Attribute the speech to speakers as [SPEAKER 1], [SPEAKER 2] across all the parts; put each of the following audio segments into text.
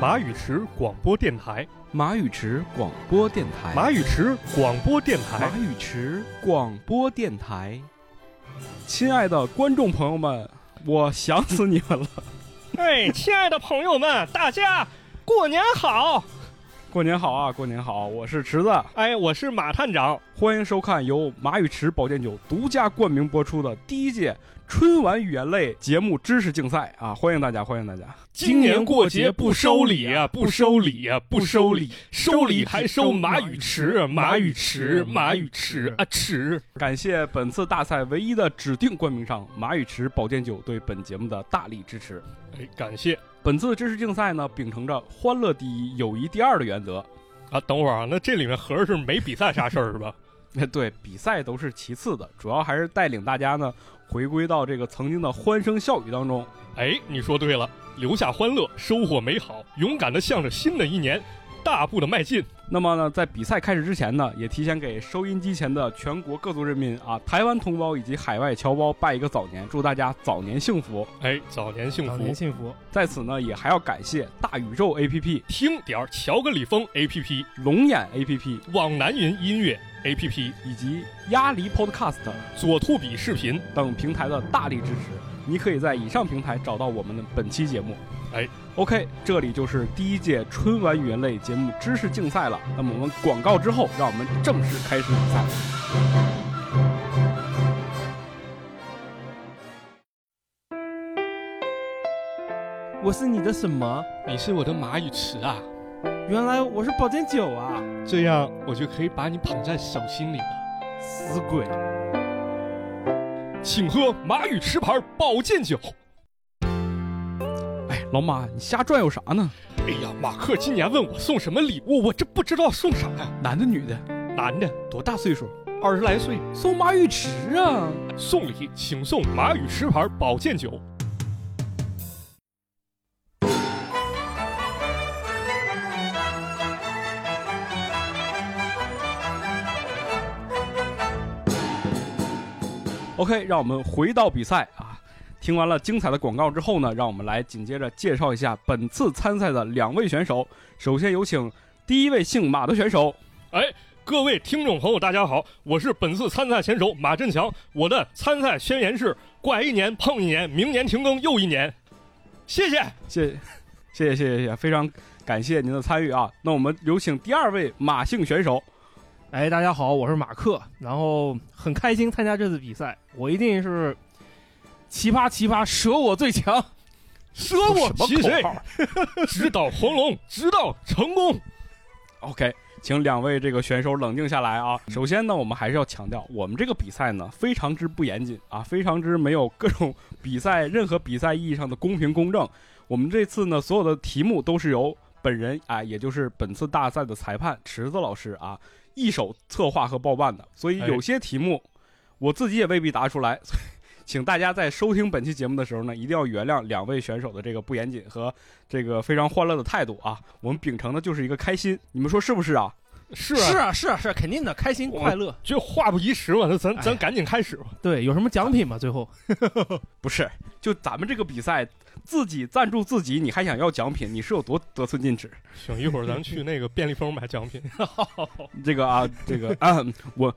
[SPEAKER 1] 马语池广播电台，
[SPEAKER 2] 马语池广播电台，
[SPEAKER 1] 马语池广播电台
[SPEAKER 2] 马，语池广播电台，
[SPEAKER 3] 亲爱的观众朋友们，我想死你们了！
[SPEAKER 1] 哎，亲爱的朋友们，大家过年好！
[SPEAKER 3] 过年好啊，过年好！我是池子，
[SPEAKER 1] 哎，我是马探长，
[SPEAKER 3] 欢迎收看由马语池保健酒独家冠名播出的第一届春晚语言类节目知识竞赛啊！欢迎大家，欢迎大家！
[SPEAKER 1] 今年过节不收礼啊，不收礼啊，不收礼，收礼还收马语池，马语池，马语池啊池！
[SPEAKER 3] 感谢本次大赛唯一的指定冠名商马语池保健酒对本节目的大力支持。
[SPEAKER 1] 哎，感谢
[SPEAKER 3] 本次知识竞赛呢，秉承着欢乐第一、友谊第二的原则，
[SPEAKER 1] 啊！等会儿啊，那这里面合着是没比赛啥事儿是吧？
[SPEAKER 3] 对比赛都是其次的，主要还是带领大家呢回归到这个曾经的欢声笑语当中。
[SPEAKER 1] 哎，你说对了，留下欢乐，收获美好，勇敢的向着新的一年大步的迈进。
[SPEAKER 3] 那么呢，在比赛开始之前呢，也提前给收音机前的全国各族人民啊、台湾同胞以及海外侨胞拜一个早年，祝大家早年幸福。
[SPEAKER 1] 哎，早年幸
[SPEAKER 4] 早
[SPEAKER 1] 福
[SPEAKER 4] 年！幸福，
[SPEAKER 3] 在此呢，也还要感谢大宇宙 APP、
[SPEAKER 1] 听点儿乔格里峰 A P P、
[SPEAKER 3] 龙眼 APP
[SPEAKER 1] 网南云音乐 A P P、
[SPEAKER 3] 以及鸭梨 Podcast
[SPEAKER 1] 左兔比视频。
[SPEAKER 3] 等平台的大力支持。你可以在以上平台找到我们的本期节目。
[SPEAKER 1] 哎
[SPEAKER 3] ，OK，这里就是第一届春晚语言类节目知识竞赛了。那么我们广告之后，让我们正式开始比赛。
[SPEAKER 4] 我是你的什么？
[SPEAKER 1] 你是我的马语池啊，
[SPEAKER 4] 原来我是保健酒啊！
[SPEAKER 1] 这样我就可以把你捧在手心里了。
[SPEAKER 4] 死鬼！
[SPEAKER 1] 请喝马语池牌保健酒。
[SPEAKER 3] 哎，老马，你瞎转悠啥呢？
[SPEAKER 1] 哎呀，马克今年问我送什么礼物，我这不知道送啥呀、
[SPEAKER 3] 男的女的，
[SPEAKER 1] 男的
[SPEAKER 3] 多大岁数？
[SPEAKER 1] 二十来岁，
[SPEAKER 3] 送马浴池啊！
[SPEAKER 1] 送礼请送马语池牌保健酒。
[SPEAKER 3] OK，让我们回到比赛啊！听完了精彩的广告之后呢，让我们来紧接着介绍一下本次参赛的两位选手。首先有请第一位姓马的选手，
[SPEAKER 1] 各位听众朋友，大家好，我是本次参赛选手马振强。我的参赛宣言是：怪一年碰一年，明年停更又一年。谢谢。
[SPEAKER 3] 谢，谢谢谢谢谢谢，非常感谢您的参与啊！那我们有请第二位马姓选手，
[SPEAKER 4] 哎，大家好，我是马克，然后很开心参加这次比赛，我一定是奇葩奇葩，舍我最强。
[SPEAKER 1] 舍
[SPEAKER 3] 我
[SPEAKER 1] 我其谁，
[SPEAKER 3] 口号
[SPEAKER 1] 直捣黄龙， 直到成功。
[SPEAKER 3] ？OK，请两位这个选手冷静下来啊！首先呢，我们还是要强调，我们这个比赛呢非常之不严谨啊，非常之没有各种比赛任何比赛意义上的公平公正。我们这次呢，所有的题目都是由本人啊，也就是本次大赛的裁判池子老师啊一手策划和包办的，所以
[SPEAKER 1] 哎
[SPEAKER 3] 有些题目我自己也未必答出来。所以请大家在收听本期节目的时候呢，一定要原谅两位选手的这个不严谨和这个非常欢乐的态度啊。我们秉承的就是一个开心，你们说是不是啊？
[SPEAKER 1] 是
[SPEAKER 4] 是啊是啊是啊，肯定的，开心
[SPEAKER 1] 我
[SPEAKER 4] 快乐。
[SPEAKER 1] 这话不宜迟嘛，那咱
[SPEAKER 4] 哎
[SPEAKER 1] 咱赶紧开始吧。
[SPEAKER 4] 对，有什么奖品吗？最后
[SPEAKER 3] 不是，就咱们这个比赛，自己赞助自己，你还想要奖品，你是有多得寸进尺？
[SPEAKER 1] 行，一会儿咱们去那个便利蜂买 奖品。
[SPEAKER 3] 这个啊，这个 啊，我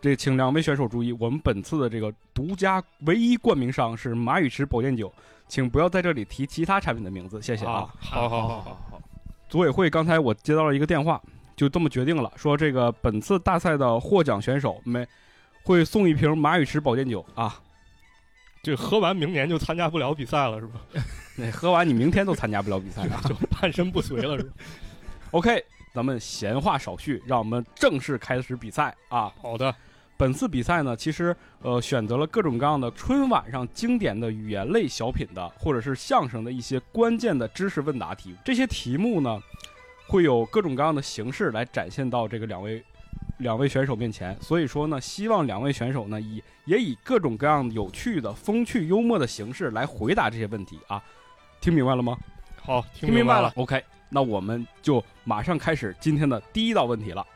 [SPEAKER 3] 这请两位选手注意，我们本次的这个独家唯一冠名商是马语池保健酒，请不要在这里提其他产品的名字，谢谢啊。，
[SPEAKER 1] 好好好好。
[SPEAKER 4] 好好，
[SPEAKER 3] 组委会刚才我接到了一个电话，就这么决定了，说这个本次大赛的获奖选手每会送一瓶马语池保健酒啊，
[SPEAKER 1] 这喝完明年就参加不了比赛了是吧？
[SPEAKER 3] 那喝完你明天都参加不了比赛啊。
[SPEAKER 1] 就半身不遂了是吧？
[SPEAKER 3] OK，咱们闲话少叙，让我们正式开始比赛啊。
[SPEAKER 1] 好的，
[SPEAKER 3] 本次比赛呢，其实呃选择了各种各样的春晚上经典的语言类小品的，或者是相声的一些关键的知识问答题目。这些题目呢，会有各种各样的形式来展现到这个两位两位选手面前。所以说呢，希望两位选手呢以也以各种各样有趣的、风趣幽默的形式来回答这些问题啊。听明白了吗？
[SPEAKER 1] 好，听
[SPEAKER 3] 听明
[SPEAKER 1] 白
[SPEAKER 3] 白了。。OK，那我们就马上开始今天的第一道问题了。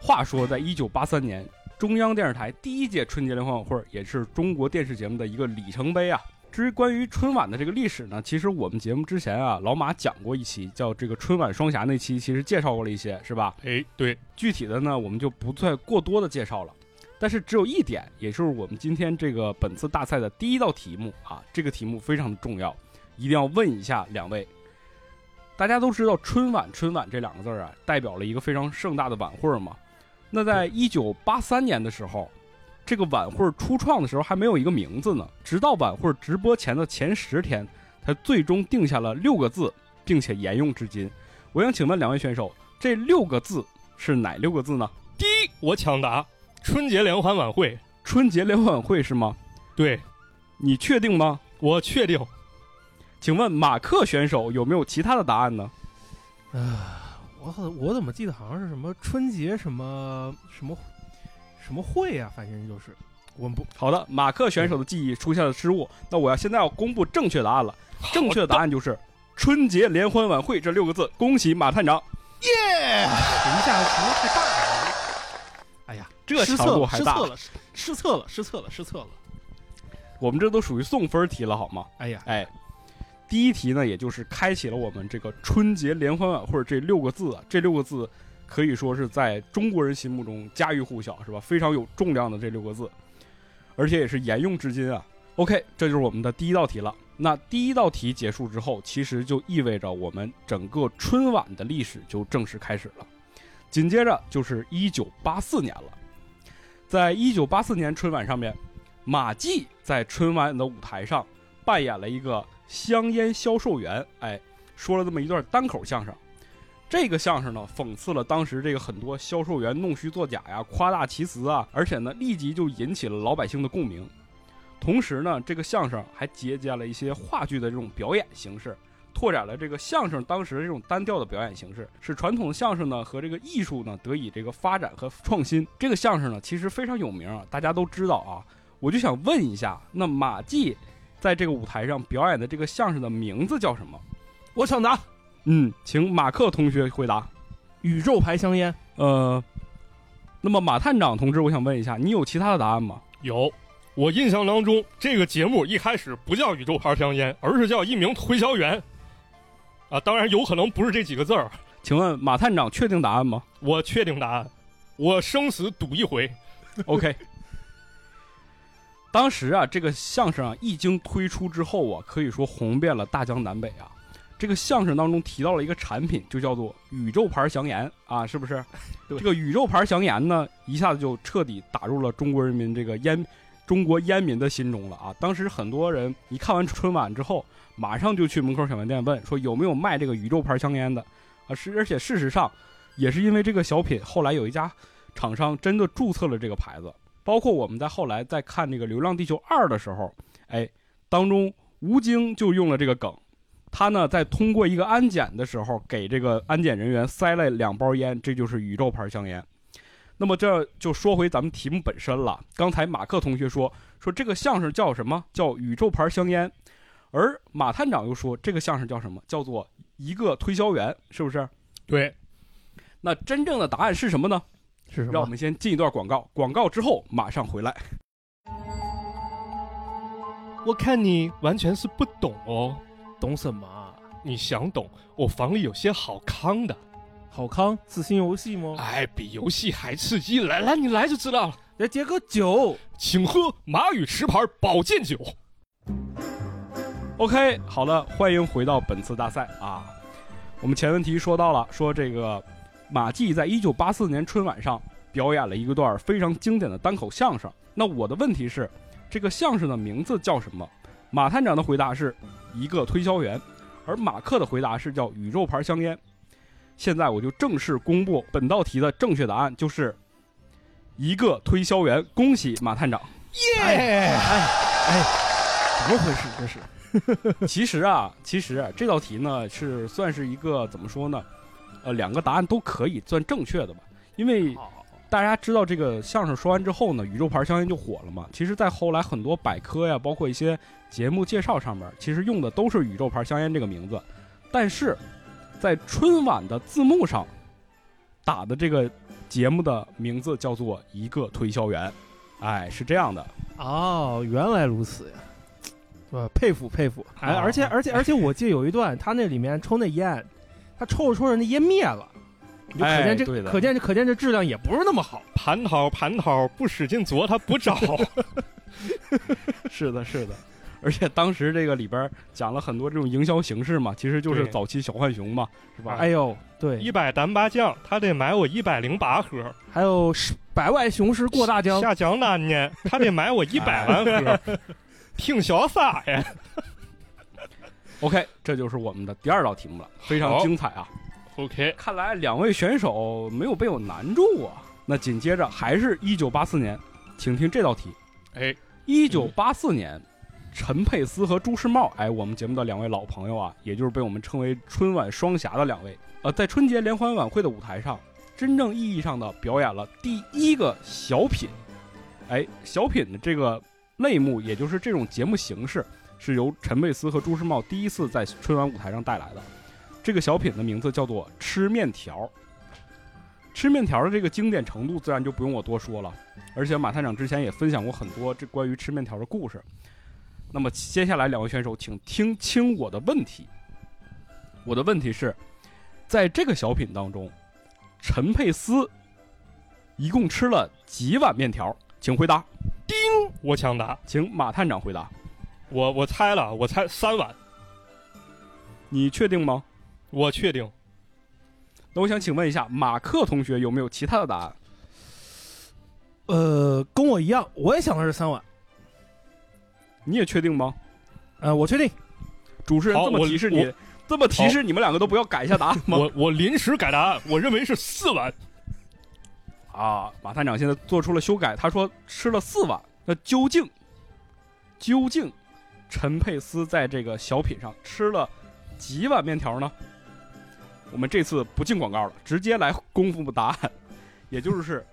[SPEAKER 3] 话说，在一九八三年，中央电视台第一届春节联欢晚会也是中国电视节目的一个里程碑啊。至于关于春晚的这个历史呢，其实我们节目之前啊，老马讲过一期，叫这个春晚双侠那期，其实介绍过了一些，是吧？
[SPEAKER 1] 哎，对，
[SPEAKER 3] 具体的呢，我们就不再过多的介绍了。但是只有一点，也就是我们今天这个本次大赛的第一道题目啊，这个题目非常的重要，一定要问一下两位。大家都知道“春晚”“春晚”这两个字儿啊，代表了一个非常盛大的晚会儿嘛。那在一九八三年的时候，这个晚会儿初创的时候还没有一个名字呢，直到晚会儿直播前的前十天，才最终定下了六个字，并且沿用至今。我想请问两位选手，这六个字是哪六个字呢？
[SPEAKER 1] 第一我抢答，春节联欢晚会，
[SPEAKER 3] 春节联欢晚会是吗？
[SPEAKER 1] 对
[SPEAKER 3] 你确定吗？
[SPEAKER 1] 我确定，
[SPEAKER 3] 请问马克选手有没有其他的答案呢？
[SPEAKER 4] 啊，我好我怎么记得好像是什么春节什么什么什么会啊，反正就是我们不
[SPEAKER 3] 好的，马克选手的记忆出现了失误，那我要现在要公布正确答案了。正确的答案就是“春节联欢晚会”这六个字。恭喜马探长，
[SPEAKER 4] 一下子幅度太大了。哎呀，
[SPEAKER 3] 这
[SPEAKER 4] 失
[SPEAKER 3] 强
[SPEAKER 4] 策
[SPEAKER 3] 度
[SPEAKER 4] 了，
[SPEAKER 3] 还
[SPEAKER 4] 失
[SPEAKER 3] 大
[SPEAKER 4] 策。了，失策了，失策了，失策了。
[SPEAKER 3] 我们这都属于送分题了，好吗？
[SPEAKER 4] 哎呀，
[SPEAKER 3] 哎，第一题呢，也就是开启了我们这个春节联欢晚会这六个字啊，这六个字可以说是在中国人心目中家喻户晓，是吧？非常有重量的这六个字，而且也是沿用至今啊。OK，这就是我们的第一道题了。那第一道题结束之后，其实就意味着我们整个春晚的历史就正式开始了。紧接着就是一九八四年了，在一九八四年春晚上面，马季在春晚的舞台上扮演了一个香烟销售员，哎，说了这么一段单口相声。这个相声呢，讽刺了当时这个很多销售员弄虚作假呀、夸大其词啊，而且呢，立即就引起了老百姓的共鸣。同时呢，这个相声还借鉴了一些话剧的这种表演形式，拓展了这个相声当时的这种单调的表演形式，使传统相声呢和这个艺术呢得以这个发展和创新。这个相声呢其实非常有名啊，大家都知道啊。我就想问一下，那马季在这个舞台上表演的这个相声的名字叫什么？
[SPEAKER 4] 我抢答，
[SPEAKER 3] 嗯，请马克同学回答。
[SPEAKER 4] 宇宙牌香烟，
[SPEAKER 3] 呃，那么马探长同志，我想问一下，你有其他的答案吗？
[SPEAKER 1] 有。我印象当中，这个节目一开始不叫宇宙牌香烟，而是叫一名推销员。啊，当然有可能不是这几个字儿，
[SPEAKER 3] 请问马探长确定答案吗
[SPEAKER 1] 我确定答案，我生死赌一回。
[SPEAKER 3] ？OK。当时啊，这个相声啊一经推出之后啊，可以说红遍了大江南北啊。这个相声当中提到了一个产品，就叫做宇宙牌香烟啊，是不是？
[SPEAKER 4] 对
[SPEAKER 3] 这个宇宙牌香烟呢，一下子就彻底打入了中国人民这个烟，中国烟民的心中了啊！当时很多人一看完春晚之后，马上就去门口小卖店问说有没有卖这个宇宙牌香烟的啊？是，而且事实上，也是因为这个小品，后来有一家厂商真的注册了这个牌子，包括我们在后来在看这个《流浪地球二》的时候，哎，当中吴京就用了这个梗。他呢在通过一个安检的时候，给这个安检人员塞了两包烟，这就是宇宙牌香烟。那么这就说回咱们题目本身了。刚才马克同学说说这个相声叫什么？叫宇宙牌香烟。而马探长又说这个相声叫什么？叫做一个推销员，是不是？
[SPEAKER 1] 对，
[SPEAKER 3] 那真正的答案是什么呢？
[SPEAKER 4] 是什
[SPEAKER 3] 让我
[SPEAKER 4] 么？
[SPEAKER 3] 们先进一段广告，广告之后马上回来。
[SPEAKER 1] 我看你完全是不懂哦。
[SPEAKER 4] 懂什么啊？
[SPEAKER 1] 你想懂，我房里有些好康的，
[SPEAKER 4] 好康自新游戏吗？
[SPEAKER 1] 哎，比游戏还刺激。来来，你来就知道了，
[SPEAKER 4] 来接个哎酒，
[SPEAKER 1] 请喝马宇持牌保健酒。
[SPEAKER 3] OK，好了，欢迎回到本次大赛啊。我们前问题说到了，说这个马季在一九八四年春晚上表演了一个段非常经典的单口相声。那我的问题是，这个相声的名字叫什么？马探长的回答是一个推销员，而马克的回答是叫宇宙牌香烟。现在我就正式公布本道题的正确答案，就是一个推销员。恭喜马探长！
[SPEAKER 4] 哎哎哎，怎么回事？这是
[SPEAKER 3] 其实啊，其实啊这道题呢是算是一个怎么说呢？呃，两个答案都可以算正确的吧，因为大家知道这个相声说完之后呢，宇宙牌香烟就火了嘛。其实，在后来很多百科呀，包括一些节目介绍上面，其实用的都是宇宙牌香烟这个名字，但是在春晚的字幕上打的这个节目的名字叫做《一个推销员》，哎，是这样的，
[SPEAKER 4] 哦，原来如此呀，呃，佩服佩服。哎，
[SPEAKER 3] 啊
[SPEAKER 4] 而且而且而且，我记得有一段，他那里面抽那烟，他抽着抽着那烟灭了，你就可
[SPEAKER 3] 哎
[SPEAKER 4] 见
[SPEAKER 3] 对
[SPEAKER 4] 这、
[SPEAKER 3] 的
[SPEAKER 4] 可见这可见这质量也不是那么好。
[SPEAKER 1] 蟠桃蟠桃不使劲啄它不找，
[SPEAKER 3] 是的，是的。而且当时这个里边讲了很多这种营销形式嘛，其实就是
[SPEAKER 1] 对
[SPEAKER 3] 早期小浣熊嘛，是吧？
[SPEAKER 4] 哎呦，对，
[SPEAKER 1] 一百单八酱他得买我一百零八盒，
[SPEAKER 4] 还有是百万雄师过大江，
[SPEAKER 1] 下江南 呢他得买我一百万
[SPEAKER 3] 哎
[SPEAKER 1] 盒，挺潇洒呀。
[SPEAKER 3] OK，这就是我们的第二道题目了，非常
[SPEAKER 1] 好
[SPEAKER 3] 精彩啊！
[SPEAKER 1] OK，
[SPEAKER 3] 看来两位选手没有被我难住啊。那紧接着还是一九八四年，请听这道题。
[SPEAKER 1] 哎，
[SPEAKER 3] 一九八四年，陈佩斯和朱时茂，哎，我们节目的两位老朋友啊，也就是被我们称为春晚双侠的两位，呃，在春节联欢晚会的舞台上，真正意义上的表演了第一个小品。哎，小品的这个类目，也就是这种节目形式，是由陈佩斯和朱时茂第一次在春晚舞台上带来的。这个小品的名字叫做《吃面条》。吃面条的这个经典程度，自然就不用我多说了。而且马探长之前也分享过很多这关于吃面条的故事。那么接下来两位选手，请听清我的问题。我的问题是，在这个小品当中，陈佩斯一共吃了几碗面条？请回答，
[SPEAKER 1] 我抢答，
[SPEAKER 3] 请马探长回答。
[SPEAKER 1] 我我猜了，啊我猜三碗，
[SPEAKER 3] 你确定吗？
[SPEAKER 1] 我确 定。
[SPEAKER 3] 那我想请问一下，马克同学有没有其他的答案？
[SPEAKER 4] 呃，跟我一样，我也想的是三碗，
[SPEAKER 3] 你也确定吗？
[SPEAKER 4] 呃，我确定，
[SPEAKER 3] 主持人
[SPEAKER 1] 好
[SPEAKER 3] 这么
[SPEAKER 1] 我
[SPEAKER 3] 提示你
[SPEAKER 1] 我，
[SPEAKER 3] 这么提示你们两个都不要改一下答案吗？
[SPEAKER 1] 我我临时改答案，我认为是四碗。
[SPEAKER 3] 啊，马探长现在做出了修改，他说吃了四碗，那究竟究竟陈佩斯在这个小品上吃了几碗面条呢？我们这次不进广告了，直接来公布答案，也就是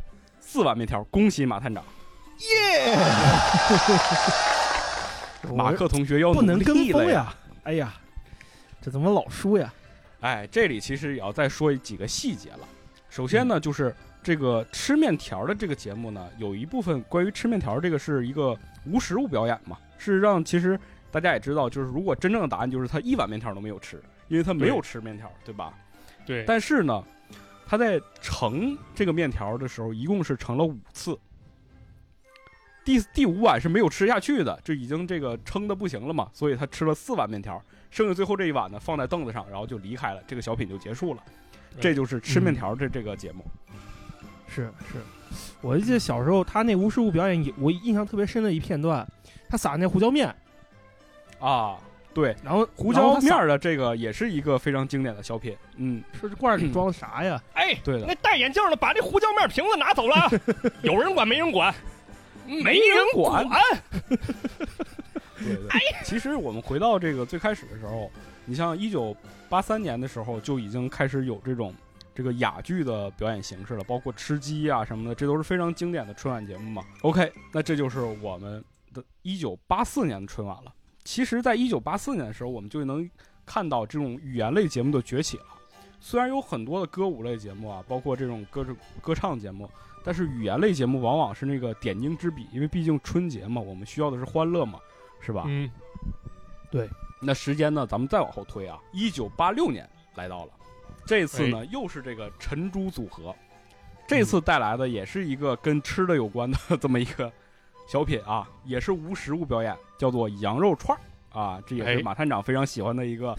[SPEAKER 3] 四碗面条。恭喜马探长，马克同学要
[SPEAKER 4] 我不能
[SPEAKER 3] 努
[SPEAKER 4] 跟
[SPEAKER 3] 力了
[SPEAKER 4] 风呀，哎呀，这怎么老输呀？
[SPEAKER 3] 哎，这里其实也要再说几个细节了。首先呢，就是这个吃面条儿的这个节目呢，有一部分关于吃面条儿这个是一个无实物表演嘛，是让其实大家也知道，就是如果真正的答案就是他一碗面条儿都没有吃，因为他没有
[SPEAKER 1] 对
[SPEAKER 3] 吃面条儿，对吧？
[SPEAKER 1] 对，
[SPEAKER 3] 但是呢，他在盛这个面条儿的时候，一共是盛了五次。第第五碗是没有吃下去的，这已经这个撑的不行了嘛，所以他吃了四碗面条，剩下最后这一碗呢放在凳子上，然后就离开了，这个小品就结束了。这就是吃面
[SPEAKER 4] 嗯
[SPEAKER 3] 条儿这这个节目。
[SPEAKER 4] 是是，我就记得小时候他那无实物表演也，我印象特别深的一片段，他撒那胡椒面，
[SPEAKER 3] 啊，对，
[SPEAKER 4] 然后
[SPEAKER 3] 胡
[SPEAKER 4] 然
[SPEAKER 3] 椒
[SPEAKER 4] 后他
[SPEAKER 3] 面
[SPEAKER 4] 撒
[SPEAKER 3] 儿的这个也是一个非常经典的小品。嗯，
[SPEAKER 4] 说这罐儿里装的啥呀？
[SPEAKER 1] 哎，
[SPEAKER 3] 对 的
[SPEAKER 1] 那戴眼镜的把这胡椒面瓶子拿走了，啊 有人管没人管，嗯没人哎
[SPEAKER 3] 管。对对。其实我们回到这个最开始的时候，你像一九八三年的时候就已经开始有这种这个哑剧的表演形式了，包括吃鸡啊什么的，这都是非常经典的春晚节目嘛。OK，那这就是我们的一九八四年的春晚了。其实，在一九八四年的时候，我们就能看到这种语言类节目的崛起了。虽然有很多的歌舞类节目啊，包括这种歌歌唱节目，但是语言类节目往往是那个点睛之笔，因为毕竟春节嘛，我们需要的是欢乐嘛，是吧？
[SPEAKER 1] 嗯，
[SPEAKER 3] 那时间呢，咱们再往后推啊，一九八六年来到了，这次呢、又是这个陈珠组合，这次带来的也是一个跟吃的有关的 这么一个小品啊，也是无实物表演，叫做羊肉串儿啊，这也
[SPEAKER 1] 哎
[SPEAKER 3] 是马探长非常喜欢的一个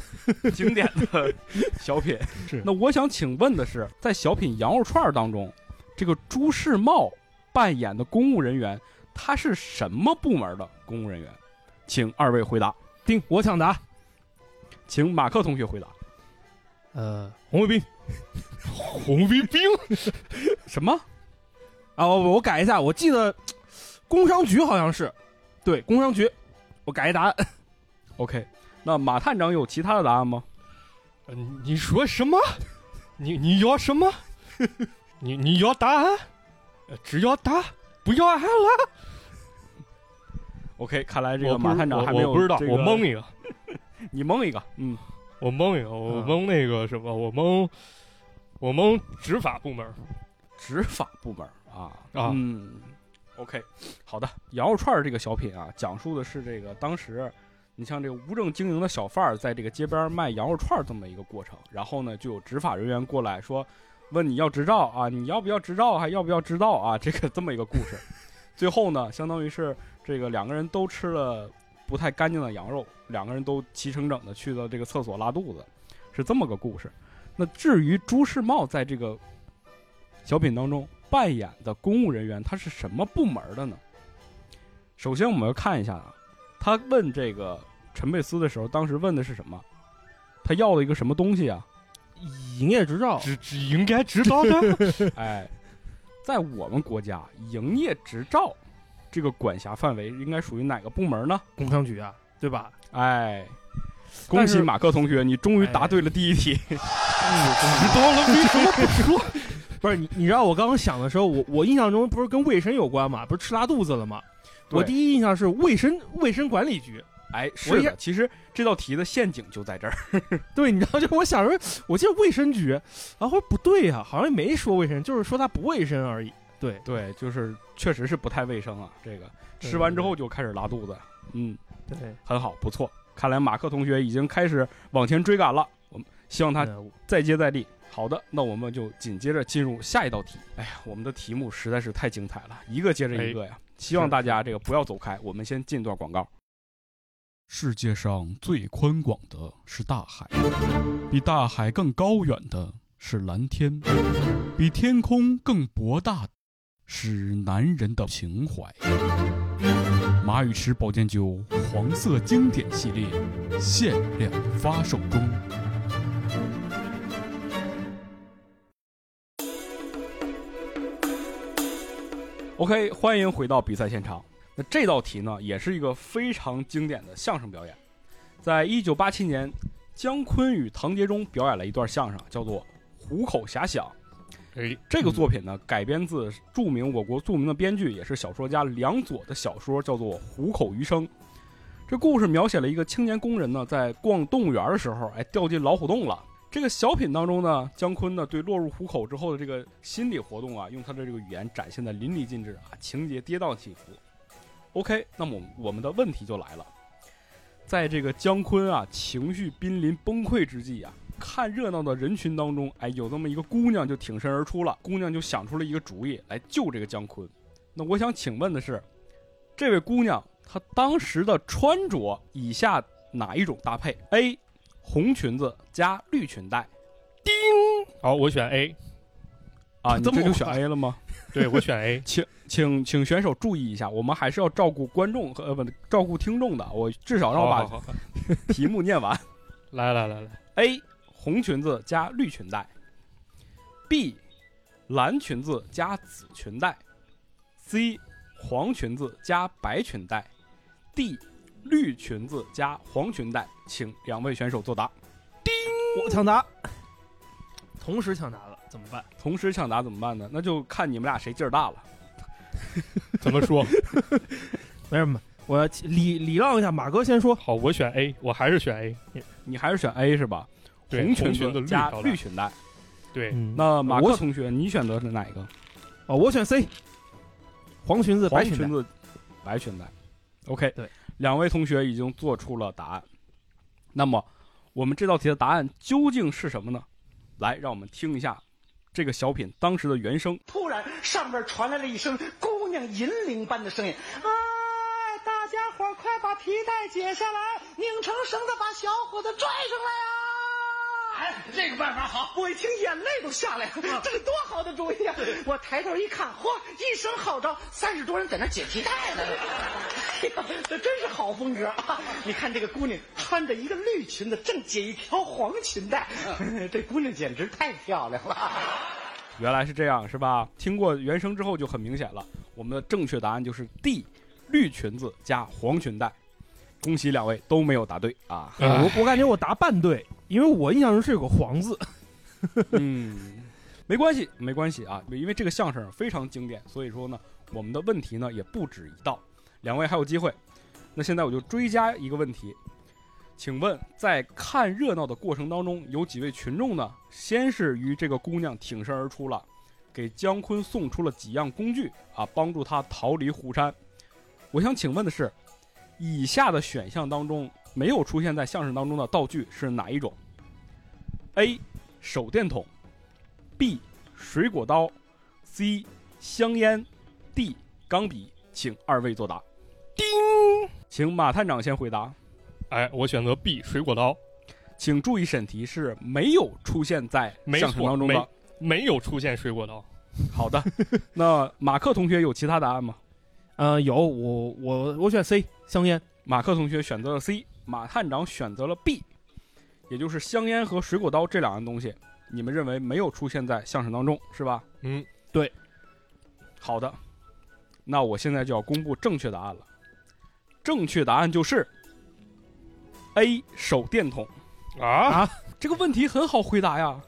[SPEAKER 3] 经典的小品。
[SPEAKER 4] 是
[SPEAKER 3] 那我想请问的是，在小品羊肉串儿当中，这个朱世茂扮演的公务人员，他是什么部门的公务人员？请二位回答。
[SPEAKER 4] 丁，我抢答。
[SPEAKER 3] 请马克同学回答。
[SPEAKER 4] 呃，红卫兵
[SPEAKER 1] 红卫兵
[SPEAKER 3] 什么？
[SPEAKER 4] 啊，我我改一下，我记得工商局好像是，对，工商局，我改一答案。
[SPEAKER 3] OK，那马探长有其他的答案吗？
[SPEAKER 1] 呃你说什么？你你要什么？ 你你要答案？呃只要答，不要案了。
[SPEAKER 3] OK，看来这
[SPEAKER 1] 我
[SPEAKER 3] 个
[SPEAKER 1] 不
[SPEAKER 3] 马
[SPEAKER 1] 是
[SPEAKER 3] 探长还没
[SPEAKER 1] 我
[SPEAKER 3] 有、
[SPEAKER 1] 我不知道，我蒙，一个，
[SPEAKER 3] 你蒙一个，嗯，
[SPEAKER 1] 我蒙一个，我
[SPEAKER 4] 嗯
[SPEAKER 1] 蒙那个什么，我蒙我蒙执法部门。
[SPEAKER 3] 执法部门啊
[SPEAKER 1] 啊
[SPEAKER 3] 嗯，OK，好的。羊肉串儿这个小品啊，讲述的是这个当时，你像这个无证经营的小贩儿在这个街边儿卖羊肉串儿这么一个过程，然后呢，就有执法人员过来说，问你要执照啊，你要不要执照，还要不要执照啊，这个这么一个故事。 最后呢，相当于是这个两个人都吃了不太干净的羊肉，两个人都齐整整的去了这个厕所拉肚子，是这么个故事。那至于朱世茂在这个小品当中扮演的公务人员，他是什么部门的呢？首先我们要看一下啊，他问这个陈佩斯的时候，当时问的是什么？他要了一个什么东西 啊？
[SPEAKER 4] 营业执照，
[SPEAKER 1] 只只应该知道的。
[SPEAKER 3] 哎，在我们国家，营业执照这个管辖范围应该属于哪个部门呢？
[SPEAKER 4] 工商局啊，对吧？
[SPEAKER 3] 哎，
[SPEAKER 4] 但
[SPEAKER 3] 恭
[SPEAKER 4] 是
[SPEAKER 3] 喜马克同学，你终于答对了第一 题。
[SPEAKER 4] 嗯你懂了为什么不说？不是你，你知道我刚刚想的时候，我我印象中不是跟卫生有关嘛，不是吃拉肚子了吗？
[SPEAKER 3] 对
[SPEAKER 4] 我第一印象是卫生卫生管理局。
[SPEAKER 3] 哎，
[SPEAKER 4] 我
[SPEAKER 3] 是
[SPEAKER 4] 一下
[SPEAKER 3] 的，其实这道题的陷阱就在这儿。
[SPEAKER 4] 对，你知道，就我想说，我记得卫生局，然后不对呀、好像没说卫生，就是说它不卫生而已。对，
[SPEAKER 3] 对，就是确实是不太卫生啊。这个
[SPEAKER 4] 对
[SPEAKER 3] 吃完之后就开始拉肚子，嗯，
[SPEAKER 4] 对，
[SPEAKER 3] 很好，不错。看来马克同学已经开始往前追赶了，我们希望他
[SPEAKER 4] 呃我
[SPEAKER 3] 再接再厉。好的，那我们就紧接着进入下一道题。哎呀，我们的题目实在是太精彩了，一个接着一个
[SPEAKER 4] 哎
[SPEAKER 3] 呀。希望大家这个不要走开，我们先进段广告。
[SPEAKER 5] 世界上最宽广的是大海，比大海更高远的是蓝天，比天空更博大的是男人的情怀。马宇驰保健酒黄色经典系列限量发售中。
[SPEAKER 3] OK，欢迎回到比赛现场。那这道题呢，也是一个非常经典的相声表演。在一九八七年，姜昆与唐杰忠表演了一段相声，叫做《虎口遐想》。
[SPEAKER 1] 哎，
[SPEAKER 3] 这个作品呢，改编自著名我国著名的编剧，也是小说家梁左的小说，叫做《虎口余生》。这故事描写了一个青年工人呢，在逛动物园的时候，哎，掉进老虎洞了。这个小品当中呢，姜昆呢对落入虎口之后的这个心理活动啊，用他的这个语言展现的淋漓尽致啊，情节跌宕起伏。OK，那么我们我们的问题就来了，在这个姜昆啊情绪濒临崩溃之际啊，看热闹的人群当中，哎，有这么一个姑娘就挺身而出了，姑娘就想出了一个主意来救这个姜昆。那我想请问的是，这位姑娘她当时的穿着以下哪一种搭配？A. 红裙子加绿裙带
[SPEAKER 1] 好，我选 A，
[SPEAKER 3] 啊，你
[SPEAKER 4] 这么
[SPEAKER 3] 这就选
[SPEAKER 4] 快
[SPEAKER 3] A 了吗？
[SPEAKER 1] 对我选 A。
[SPEAKER 3] 请请选手注意一下，我们还是要照顾观众和呃不照顾听众的。我至少让我
[SPEAKER 1] 好
[SPEAKER 3] 把
[SPEAKER 1] 好好，
[SPEAKER 3] 题目念完。
[SPEAKER 1] 来来来来，
[SPEAKER 3] A 红裙子加绿裙带，B 蓝裙子加紫裙带，C 黄裙子加白裙带，D 绿裙子加黄裙带，请两位选手作答。
[SPEAKER 4] 我抢答，同时抢答了，怎么办？
[SPEAKER 3] 同时抢答怎么办呢？那就看你们俩谁劲儿大了。
[SPEAKER 1] 怎么说？
[SPEAKER 4] 没什么，我要礼礼让一下，马哥先说。
[SPEAKER 1] 好，我选 A，我还是选 A。
[SPEAKER 3] 你还是选 A 是吧？
[SPEAKER 1] 对，
[SPEAKER 3] 红
[SPEAKER 1] 裙
[SPEAKER 3] 子
[SPEAKER 1] 绿
[SPEAKER 3] 加
[SPEAKER 1] 条带
[SPEAKER 3] 绿。裙带。
[SPEAKER 1] 对，
[SPEAKER 4] 嗯，
[SPEAKER 3] 那马
[SPEAKER 4] 我
[SPEAKER 3] 克
[SPEAKER 4] 选
[SPEAKER 3] 同学，你选择是哪一个？
[SPEAKER 4] 哦，我选 C，黄裙子、
[SPEAKER 3] 黄
[SPEAKER 4] 白裙子。
[SPEAKER 3] 子、白裙带。OK，
[SPEAKER 4] 对，
[SPEAKER 3] 两位同学已经做出了答案。那么，我们这道题的答案究竟是什么呢？来，让我们听一下这个小品当时的原声。
[SPEAKER 6] 突然，上面传来了一声姑娘银铃般的声音：“啊，大家伙儿快把皮带解下来，拧成绳子把小伙子拽上来啊！”哎，这个办法好！啊我一听眼泪都下来了，这是多好的主意啊！我抬头一看，嚯，一声号召，三十多人在那解皮带呢。哎呀，这真是好风格啊！你看这个姑娘穿着一个绿裙子，正解一条黄裙带，这姑娘简直太漂亮了。
[SPEAKER 3] 原来是这样，是吧？听过原声之后就很明显了。我们的正确答案就是 D，绿裙子加黄裙带。恭喜两位都没有答对啊！
[SPEAKER 1] 哎
[SPEAKER 4] 我我感觉我答半对，因为我印象中是有个黄 字。
[SPEAKER 3] 嗯，没关系，没关系啊，因为这个相声非常经典，所以说呢，我们的问题呢也不止一道，两位还有机会。那现在我就追加一个问题，请问在看热闹的过程当中，有几位群众呢，先是与这个姑娘挺身而出了，给姜昆送出了几样工具啊，帮助他逃离虎山。我想请问的是，以下的选项当中没有出现在相声当中的道具是哪一种？A. 手电筒，B. 水果刀，C. 香烟，D. 钢笔。请二位作答。
[SPEAKER 1] 叮，
[SPEAKER 3] 请马探长先回答。
[SPEAKER 1] 哎，我选择 B 水果刀，
[SPEAKER 3] 请注意审题是没有出现在
[SPEAKER 1] 没
[SPEAKER 3] 相声
[SPEAKER 1] 错
[SPEAKER 3] 当中
[SPEAKER 1] 没
[SPEAKER 3] 的。
[SPEAKER 1] 没有出现水果刀。
[SPEAKER 3] 好的，那马克同学有其他答案吗？
[SPEAKER 4] 呃，有我我我选 C 香烟，
[SPEAKER 3] 马克同学选择了 C，马探长选择了 B，也就是香烟和水果刀这两样东西，你们认为没有出现在相声当中是吧？
[SPEAKER 1] 嗯，
[SPEAKER 3] 好的，那我现在就要公布正确答案了。正确答案就是 A 手电筒。
[SPEAKER 1] 啊，
[SPEAKER 3] 这个问题很好回答呀。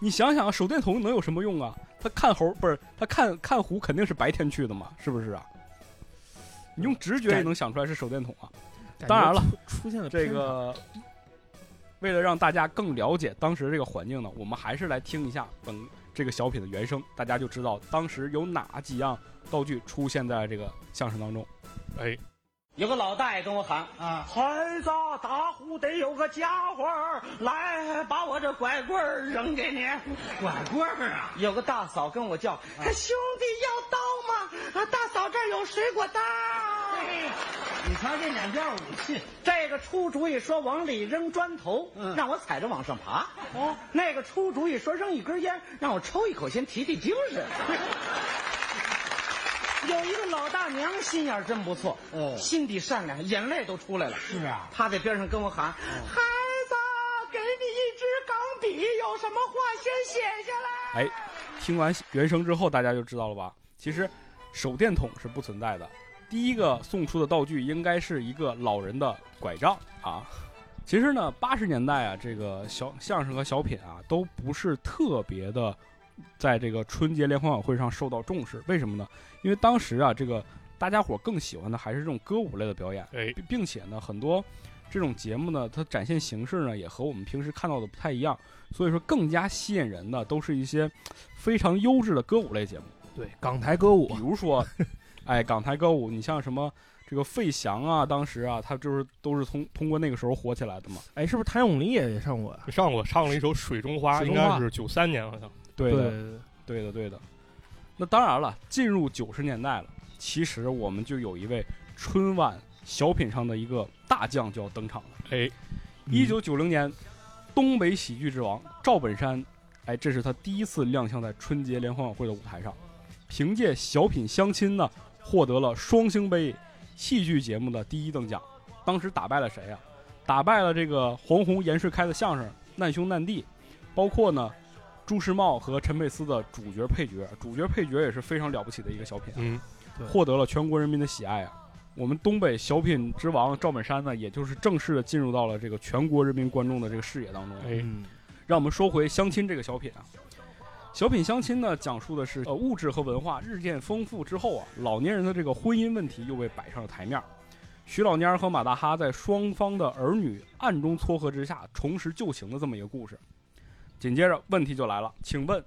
[SPEAKER 3] 你想想，手电筒能有什么用啊？他看猴不是他看看湖肯定是白天去的嘛，是不是啊？你用直觉也能想出来是手电筒啊。当然了，
[SPEAKER 4] 出现了
[SPEAKER 3] 这个为了让大家更了解当时这个环境呢，我们还是来听一下本这个小品的原声，大家就知道当时有哪几样道具出现在这个相声当中。
[SPEAKER 1] 哎，
[SPEAKER 6] 有个老大爷跟我喊啊，孩子打虎得有个家伙儿，来把我这拐棍儿扔给你。 拐棍儿啊！有个大嫂跟我叫，兄弟要刀吗？啊，大嫂这儿有水果刀。你瞧这两件武器，这个出主意说往里扔砖头，让我踩着往上爬。哦，那个出主意说扔一根烟，让我抽一口先提提精 神。有一个老大娘心眼儿真不错，哦，心地善良，眼泪都出来了。是啊，嗯她在边上跟我喊：“孩子，给你一支钢笔，有什么话先写下来。
[SPEAKER 3] 哎，听完原声之后，大家就知道了吧？其实手电筒是不存在的。第一个送出的道具应该是一个老人的拐杖啊。其实呢，八十年代啊，这个小相声和小品啊，都不是特别的，在这个春节联欢晚会上受到重视。为什么呢？因为当时啊，这个大家伙更喜欢的还是这种歌舞类的表演。
[SPEAKER 1] 哎，
[SPEAKER 3] 并并且呢，很多这种节目呢，它展现形式呢也和我们平时看到的不太一样，所以说更加吸引人的都是一些非常优质的歌舞类节目，
[SPEAKER 4] 对港台歌舞
[SPEAKER 3] 比，如 说，哎，港台歌舞，你像什么这个费翔啊，当时啊，他就是都是通通过那个时候火起来的嘛。
[SPEAKER 4] 哎，是不是谭咏麟也也上过啊呀？
[SPEAKER 1] 上过唱了一首《水中花》，
[SPEAKER 4] 水
[SPEAKER 1] 应
[SPEAKER 4] 中花
[SPEAKER 1] 该是九三年好像。
[SPEAKER 3] 对
[SPEAKER 4] 对
[SPEAKER 3] 的，
[SPEAKER 4] 对
[SPEAKER 3] 对的，对的。那当然了，进入九十年代了，其实我们就有一位春晚小品上的一个大将就要登场了。
[SPEAKER 1] 哎，
[SPEAKER 3] 一九九零年，东北喜剧之王赵本山，哎，这是他第一次亮相在春节联欢晚会的舞台上，凭借小品《相亲》呢，获得了双星杯戏剧节目的第一等奖。当时打败了谁呀、打败了这个黄宏、严世开的相声《难兄难弟》，包括呢朱时茂和陈佩斯的主角配角，主角配角也是非常了不起的一个小品。
[SPEAKER 1] 嗯，
[SPEAKER 3] 获得了全国人民的喜爱啊。我们东北小品之王赵本山呢，也就是正式的进入到了这个全国人民观众的这个视野当中。
[SPEAKER 1] 哎，
[SPEAKER 4] 嗯，
[SPEAKER 3] 让我们说回《相亲》这个小品啊。小品《相亲》呢，讲述的是呃物质和文化日渐丰富之后啊，老年人的这个婚姻问题又被摆上了台面儿。徐老蔫儿和马大哈在双方的儿女暗中撮合之下重拾旧情的这么一个故事。紧接着问题就来了，请问，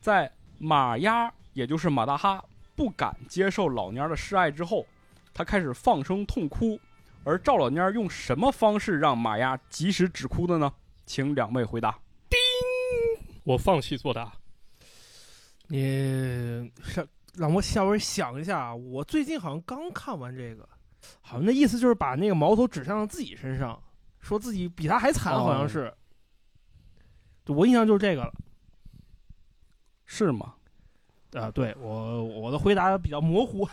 [SPEAKER 3] 在马丫也就是马大哈不敢接受老蔫儿的示爱之后，他开始放声痛哭，而赵老蔫儿用什么方式让马丫及时止哭的呢？请两位回答。
[SPEAKER 1] 我放弃作答。
[SPEAKER 4] 你上让我稍微想一下啊，我最近好像刚看完这个，好像那意思就是把那个矛头指向了自己身上，说自己比他还惨，好像是。对我印象就是这个了
[SPEAKER 3] 是吗？
[SPEAKER 4] 啊，对我我的回答比较模糊，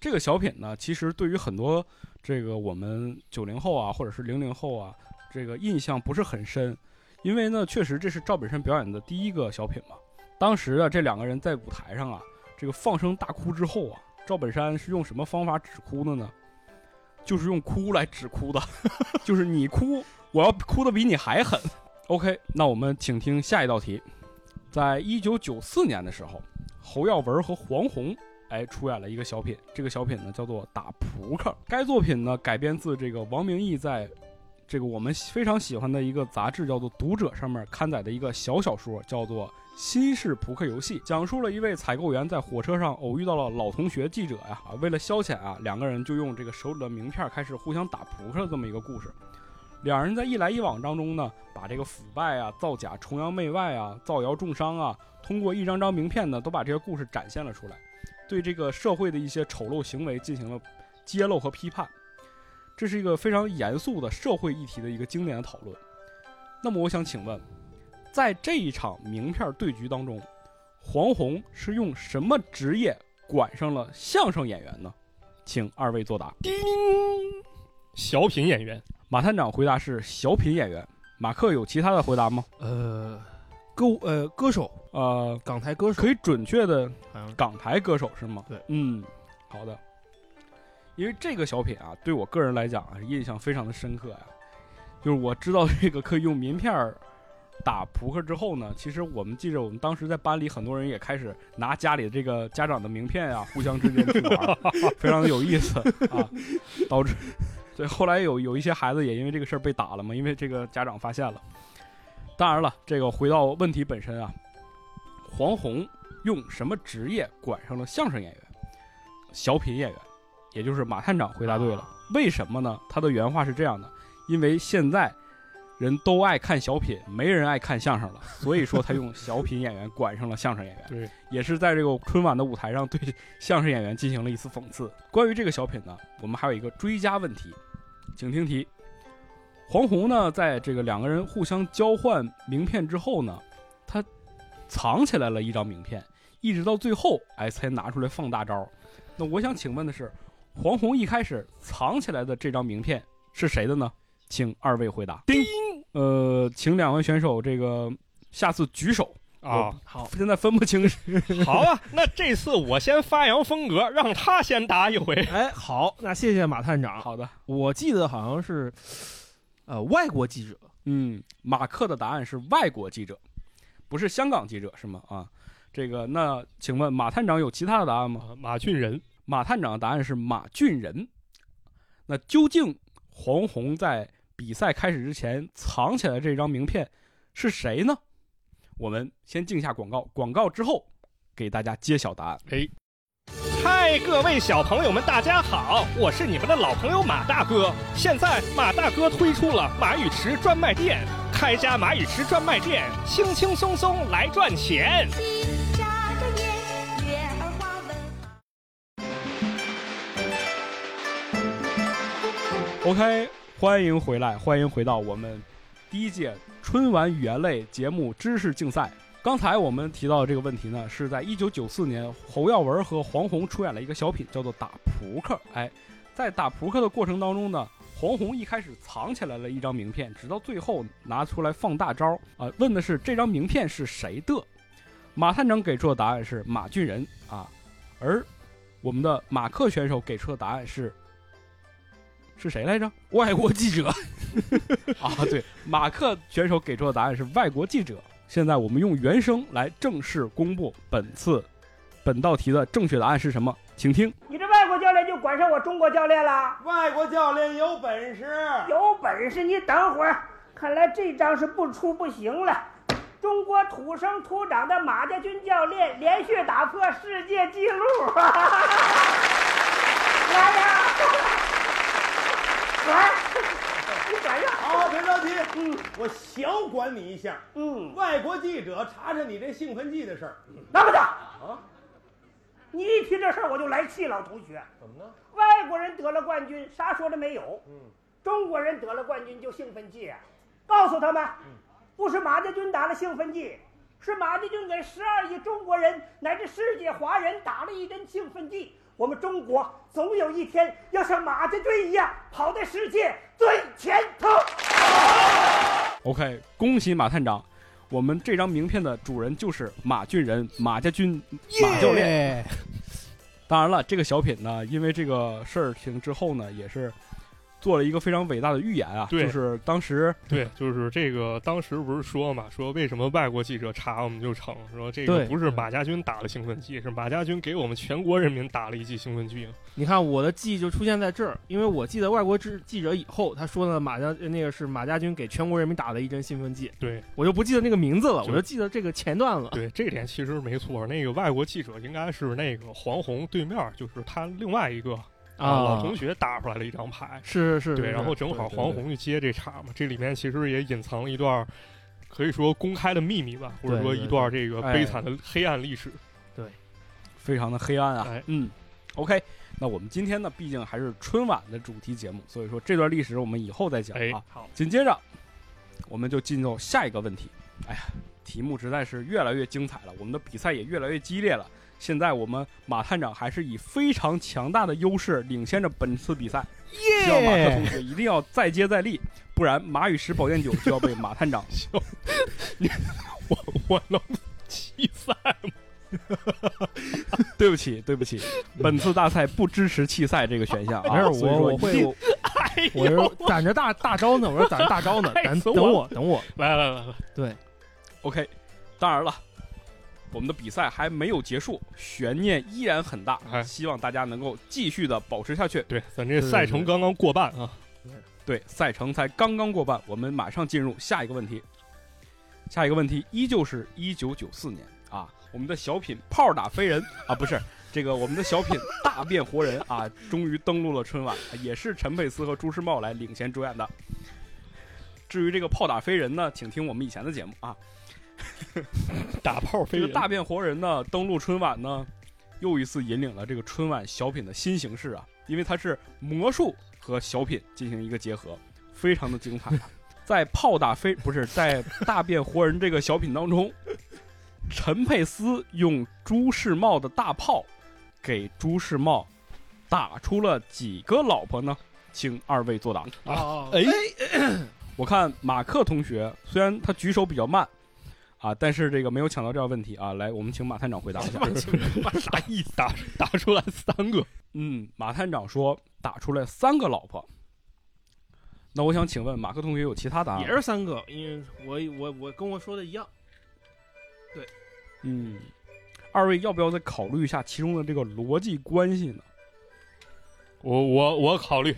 [SPEAKER 3] 这个小品呢，其实对于很多这个我们九零后啊，或者是零零后啊，这个印象不是很深，因为呢，确实这是赵本山表演的第一个小品嘛。当时啊，这两个人在舞台上啊，这个放声大哭之后啊，赵本山是用什么方法止哭的呢？就是用哭来止哭的， 就是你哭，我要哭的比你还狠。OK，那我们请听下一道题。在一九九四年的时候，侯耀文和黄宏哎出演了一个小品，这个小品呢叫做《打扑克》。该作品呢改编自这个王明义在这个我们非常喜欢的一个杂志叫做《读者》上面刊载的一个小小说，叫做《新式扑克游戏》，讲述了一位采购员在火车上偶遇到了老同学记者呀、啊，为了消遣啊，两个人就用这个手里的名片开始互相打扑克的这么一个故事。两人在一来一往当中呢，把这个腐败啊、造假、崇洋媚外啊、造谣重伤啊，通过一张张名片呢，都把这些故事展现了出来，对这个社会的一些丑陋行为进行了揭露和批判。这是一个非常严肃的社会议题的一个经典的讨论。那么，我想请问，在这一场名片对局当中，黄宏是用什么职业管上了相声演员呢？请二位作答。
[SPEAKER 1] 叮，小品演员。
[SPEAKER 3] 马探长回答是小品演员。马克有其他的回答吗？
[SPEAKER 4] 呃，歌舞呃歌手，
[SPEAKER 3] 呃，
[SPEAKER 4] 港台歌手
[SPEAKER 3] 可以准确的
[SPEAKER 4] 好像是
[SPEAKER 3] 港台歌手是吗？
[SPEAKER 4] 对，
[SPEAKER 3] 嗯，好的。因为这个小品啊，对我个人来讲啊，印象非常的深刻呀、就是我知道这个可以用名片儿打扑克之后呢，其实我们记着，我们当时在班里很多人也开始拿家里这个家长的名片啊，互相之间去玩儿，非常的有意思啊，导致对后来有有一些孩子也因为这个事儿被打了嘛，因为这个家长发现了。当然了，这个回到问题本身啊，黄宏用什么职业管上了相声演员、小品演员，也就是马探长回答对了。为什么呢？他的原话是这样的：因为现在人都爱看小品，没人爱看相声了，所以说他用小品演员管上了相声演员。
[SPEAKER 1] 对，
[SPEAKER 3] 也是在这个春晚的舞台上对相声演员进行了一次讽刺。关于这个小品呢，我们还有一个追加问题，请听题。黄宏呢，在这个两个人互相交换名片之后呢，他藏起来了一张名片，一直到最后，哎，才拿出来放大招。那我想请问的是，黄宏一开始藏起来的这张名片是谁的呢？请二位回答。叮，呃，请两位选手这个下次举手。
[SPEAKER 1] 啊，
[SPEAKER 4] 好，
[SPEAKER 3] 现在分不清
[SPEAKER 1] 好 啊，那这次我先发扬风格，让他先答一回。
[SPEAKER 4] 哎，好，那谢谢马探长。
[SPEAKER 3] 好的，
[SPEAKER 4] 我记得好像是，呃，外国记者，
[SPEAKER 3] 嗯，马克的答案是外国记者，不是香港记者是吗？啊，这个那请问马探长有其他的答案吗？
[SPEAKER 1] 啊马俊仁，
[SPEAKER 3] 马探长的答案是马俊仁。那究竟黄宏在比赛开始之前藏起来这张名片是谁呢？我们先静下广告，广告之后给大家揭晓答案。
[SPEAKER 1] 哎，嗨，各位小朋友们，大家好，我是你们的老朋友马大哥。现在马大哥推出了马语池专卖店，开家马语池专卖店，轻轻松松来赚钱。
[SPEAKER 7] 眨着眼，月儿花纹。
[SPEAKER 3] OK，欢迎回来，欢迎回到我们第一届春晚语言类节目知识竞赛。刚才我们提到的这个问题呢，是在一九九四年，侯耀文和黄宏出演了一个小品，叫做《打扑克》。哎，在打扑克的过程当中呢，黄宏一开始藏起来了一张名片，直到最后拿出来放大招啊、问的是这张名片是谁的。马探长给出的答案是马俊仁啊，而我们的马克选手给出的答案是是谁来着？
[SPEAKER 4] 外国记者，
[SPEAKER 3] 啊，对，马克选手给出的答案是外国记者。现在我们用原声来正式公布本次本道题的正确答案是什么，请听。
[SPEAKER 8] 你这外国教练就管上我中国教练了？
[SPEAKER 6] 外国教练有本事，
[SPEAKER 8] 有本事你等会儿！看来这招是不出不行了。中国土生土长的马家军教练连续打破世界纪录！ 来呀，管，你管上。
[SPEAKER 6] 好，别着急，嗯，我小管你一下。
[SPEAKER 8] 嗯，
[SPEAKER 6] 外国记者查查你这兴奋剂的事儿，
[SPEAKER 8] 拿过去。啊，你一提这事儿我就来气，老同学。
[SPEAKER 6] 怎么呢？
[SPEAKER 8] 外国人得了冠军，啥说的没有？中国人得了冠军就兴奋剂啊！告诉他们，不是马家军打了兴奋剂，是马家军给十二亿中国人乃至世界华人打了一针兴奋剂。我们中国总有一天要像马家军一样跑在世界最前头。
[SPEAKER 3] OK，恭喜马探长，我们这张名片的主人就是马俊仁、马家军、马教练。
[SPEAKER 4] 练，
[SPEAKER 3] 当然了，这个小品呢，因为这个事儿情之后呢，也是做了一个非常伟大的预言啊，
[SPEAKER 1] 对
[SPEAKER 3] 就是当时
[SPEAKER 1] 对，就是这个，当时不是说嘛，说为什么外国记者查我们就成，说这
[SPEAKER 4] 对
[SPEAKER 1] 个不是马家军打了兴奋剂，是马家军给我们全国人民打了一剂兴奋剂。
[SPEAKER 4] 你看我的记忆就出现在这儿，因为我记得外国记记者以后他说的马家那个是马家军给全国人民打的一针兴奋剂，
[SPEAKER 1] 对
[SPEAKER 4] 我就不记得那个名字了，
[SPEAKER 1] 就
[SPEAKER 4] 我就记得这个前段了。
[SPEAKER 1] 对，这点其实没错。那个外国记者应该是那个黄宏对面，就是他另外一个啊老同学打出来了一张牌。
[SPEAKER 4] 啊是是是，
[SPEAKER 1] 对，
[SPEAKER 4] 是
[SPEAKER 1] 然后正好
[SPEAKER 3] 对对
[SPEAKER 1] 黄宏去接这茬嘛，这里面其实也隐藏了一段。可以说公开的秘密吧，或者
[SPEAKER 4] 对
[SPEAKER 1] 说
[SPEAKER 4] 对
[SPEAKER 1] 一段这个
[SPEAKER 3] 哎
[SPEAKER 1] 悲惨的黑暗历史。
[SPEAKER 3] 非常的黑暗啊。
[SPEAKER 1] 哎
[SPEAKER 3] 嗯，OK，那我们今天呢，毕竟还是春晚的主题节目，所以说这段历史我们以后再讲
[SPEAKER 1] 哎
[SPEAKER 3] 啊。，
[SPEAKER 1] 好，
[SPEAKER 3] 紧接着，我们就进入下一个问题。哎呀，题目实在是越来越精彩了，我们的比赛也越来越激烈了。现在我们马探长还是以非常强大的优势领先着本次比赛，希望马克同学一定要再接再厉，不然马与石宝剑九就要被马探 长
[SPEAKER 1] 我能气散。
[SPEAKER 3] 对不起，对不起，本次大赛不支持弃赛这个选项啊。
[SPEAKER 4] 没事，
[SPEAKER 3] 所以说
[SPEAKER 4] 我我
[SPEAKER 3] 一
[SPEAKER 4] 会
[SPEAKER 3] 定
[SPEAKER 4] 我我是攒着大大招呢，我说攒着大招 呢，
[SPEAKER 1] 害
[SPEAKER 4] 咱
[SPEAKER 1] 死
[SPEAKER 4] 等
[SPEAKER 1] 我了
[SPEAKER 4] 我等我，
[SPEAKER 1] 来来来来，
[SPEAKER 4] 对，
[SPEAKER 3] OK。当然了，我们的比赛还没有结束，悬念依然很大，
[SPEAKER 1] 哎
[SPEAKER 3] 希望大家能够继续的保持下去。
[SPEAKER 1] 对，咱这赛程刚刚过半啊，
[SPEAKER 3] 对，赛程才刚刚过半，我们马上进入下一个问题。下一个问题依旧是一九九四年啊，我们的小品“炮打飞人”啊，不是这个，我们的小品“大变活人”啊，终于登陆了春晚，也是陈佩斯和朱时茂来领衔主演的。至于这个“炮打飞人”呢，请听我们以前的节目啊。
[SPEAKER 1] 打炮飞
[SPEAKER 3] 这个
[SPEAKER 1] 人
[SPEAKER 3] 大变活人呢，登陆春晚呢，又一次引领了这个春晚小品的新形式啊，因为它是魔术和小品进行一个结合，非常的精彩啊。在炮打飞不是在大变活人这个小品当中，陈佩斯用朱世茂的大炮给朱世茂打出了几个老婆呢？请二位作答。
[SPEAKER 4] 啊
[SPEAKER 1] 哎，
[SPEAKER 3] 我看马克同学虽然他举手比较慢，啊，但是这个没有抢到这个问题啊。来，我们请马探长回答 一下。
[SPEAKER 1] 啥意思？打打出来三个，
[SPEAKER 3] 嗯，马探长说打出来三个老婆。那我想请问马克同学有其他答案？
[SPEAKER 4] 啊也是三个，因为我我我跟我说的一样，
[SPEAKER 3] 嗯，二位要不要再考虑一下其中的这个逻辑关系呢？
[SPEAKER 1] 我我我考虑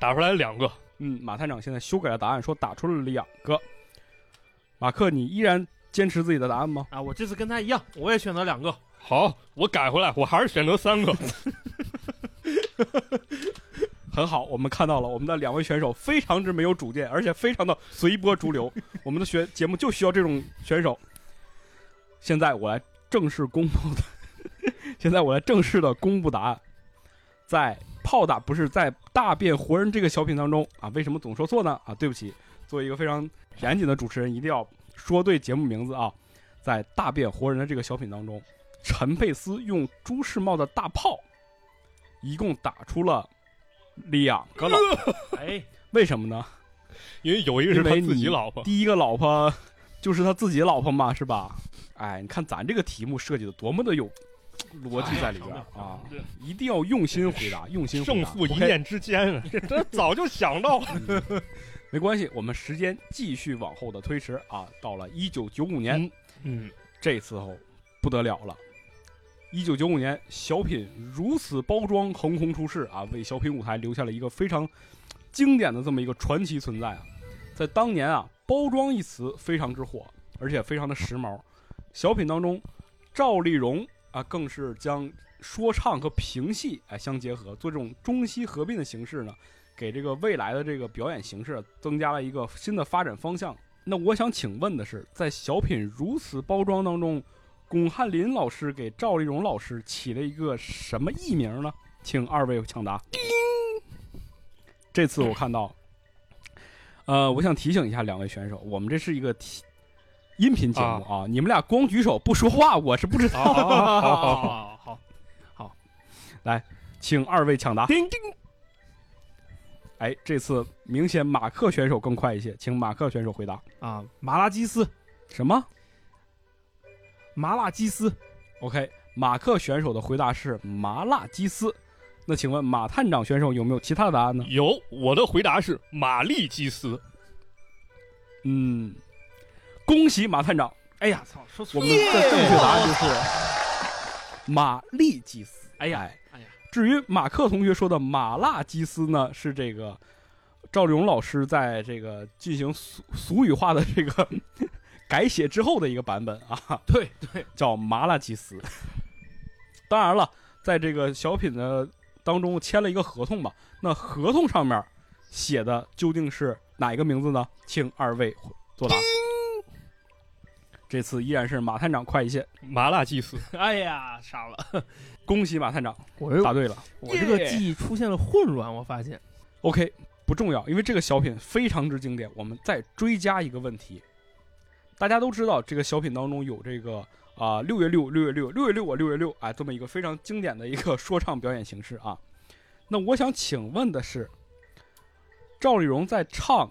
[SPEAKER 1] 打出来两个，
[SPEAKER 3] 嗯，马探长现在修改了答案，说打出了两个。马克，你依然坚持自己的答案吗？
[SPEAKER 4] 啊，我这次跟他一样，我也选择两个，
[SPEAKER 1] 好，我改回来，我还是选 择三个。
[SPEAKER 3] 很好，我们看到了我们的两位选手非常之没有主见，而且非常的随波逐流。我们的学节目就需要这种选手。现在我来正式公布的，现在我来正式的公布答案。在炮打不是在大变活人这个小品当中啊，为什么总说错呢？啊，对不起，作为一个非常严谨的主持人，一定要说对节目名字啊。在大变活人的这个小品当中，陈佩斯用朱世茂的大炮，一共打出了两个 老婆，
[SPEAKER 4] 哎，
[SPEAKER 3] 为什么呢？
[SPEAKER 1] 因为有一个是他自己老婆，
[SPEAKER 3] 第一个老婆就是他自己老婆嘛，是吧？哎，你看咱这个题目设计的多么的有逻辑在里
[SPEAKER 1] 哎
[SPEAKER 3] 边儿啊！一定要用心回答，用心回
[SPEAKER 1] 胜
[SPEAKER 3] 答。
[SPEAKER 1] 负一
[SPEAKER 3] OK，
[SPEAKER 1] 念之间啊，这这早就想到了。
[SPEAKER 3] 没关系，我们时间继续往后的推迟啊，到了一九九五年，
[SPEAKER 1] 嗯，
[SPEAKER 3] 这次后不得了了。一九九五年，小品如此包装横空出世啊，为小品舞台留下了一个非常经典的这么一个传奇存在啊。在当年啊，包装一词非常之火，而且非常的时髦。小品当中，赵丽蓉啊，更是将说唱和评戏哎相结合，做这种中西合并的形式呢，给这个未来的这个表演形式啊增加了一个新的发展方向。那我想请问的是，在小品如此包装当中，巩汉林老师给赵丽蓉老师起了一个什么艺名呢？请二位抢答。这次我看到，呃，我想提醒一下两位选手，我们这是一个提音频节目啊，你们俩光举手不说话，我是不知道。
[SPEAKER 1] 好好
[SPEAKER 4] 好
[SPEAKER 1] 好好，
[SPEAKER 4] 好好，
[SPEAKER 3] 请二位抢答。叮叮。哎，这次明显马克选手更快一些，请马克选手回答。
[SPEAKER 4] 啊，麻辣鸡丝，
[SPEAKER 3] 什么？
[SPEAKER 4] 麻辣鸡丝，
[SPEAKER 3] OK，马克选手的回答是麻辣鸡丝，那请问马探长选手有没有其他答案呢？
[SPEAKER 1] 有，我的回答是马利基斯。
[SPEAKER 3] 嗯，恭喜马探长，
[SPEAKER 4] 哎呀，操，说错
[SPEAKER 3] 我
[SPEAKER 4] 了
[SPEAKER 3] 们的正确答案就是马利基斯。哎呀，
[SPEAKER 9] 哎呀，
[SPEAKER 3] 至于马克同学说的马辣基斯呢，是这个赵丽蓉老师在这个进行俗俗语化的这个 改写之后的一个版本啊，
[SPEAKER 9] 对对，
[SPEAKER 3] 叫麻辣基斯。当然了，在这个小品的当中签了一个合同嘛，那合同上面写的究竟是哪一个名字呢？请二位作答。这次依然是马探长快一些，
[SPEAKER 1] 麻辣鸡丝，
[SPEAKER 9] 哎呀，傻了，
[SPEAKER 3] 恭喜马探长
[SPEAKER 4] 我这
[SPEAKER 3] 答对了。
[SPEAKER 4] 我这个记忆出现了混乱，我发现
[SPEAKER 3] OK，不重要，因为这个小品非常之经典。我们再追加一个问题，大家都知道这个小品当中有这个啊六、月六六月六六月六啊六月六啊这么一个非常经典的一个说唱表演形式啊。那我想请问的是，赵丽蓉在唱《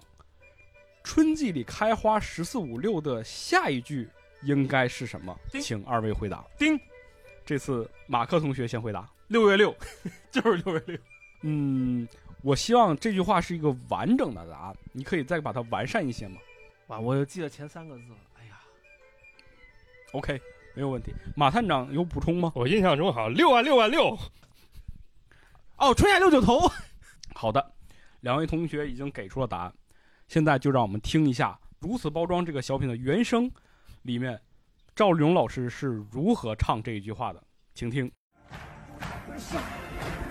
[SPEAKER 3] 春季里开花十四五六》的下一句应该是什么？
[SPEAKER 9] 叮
[SPEAKER 3] 请二位回答。
[SPEAKER 9] 叮，
[SPEAKER 3] 这次马克同学先回答。
[SPEAKER 9] 六月六， 就是六月六，
[SPEAKER 3] 嗯，我希望这句话是一个完整的答案，你可以再把它完善一些吗
[SPEAKER 4] 哇，我又记得前三个字了。哎呀，
[SPEAKER 3] ？OK，没有问题。马探长有补充吗？
[SPEAKER 1] 我印象中好像六万六万六，
[SPEAKER 9] 哦，春夏六九头，
[SPEAKER 3] 好的，两位同学已经给出了答案，现在就让我们听一下《如此包装》这个小品的原声里面，赵丽蓉老师是如何唱这一句话的，请听。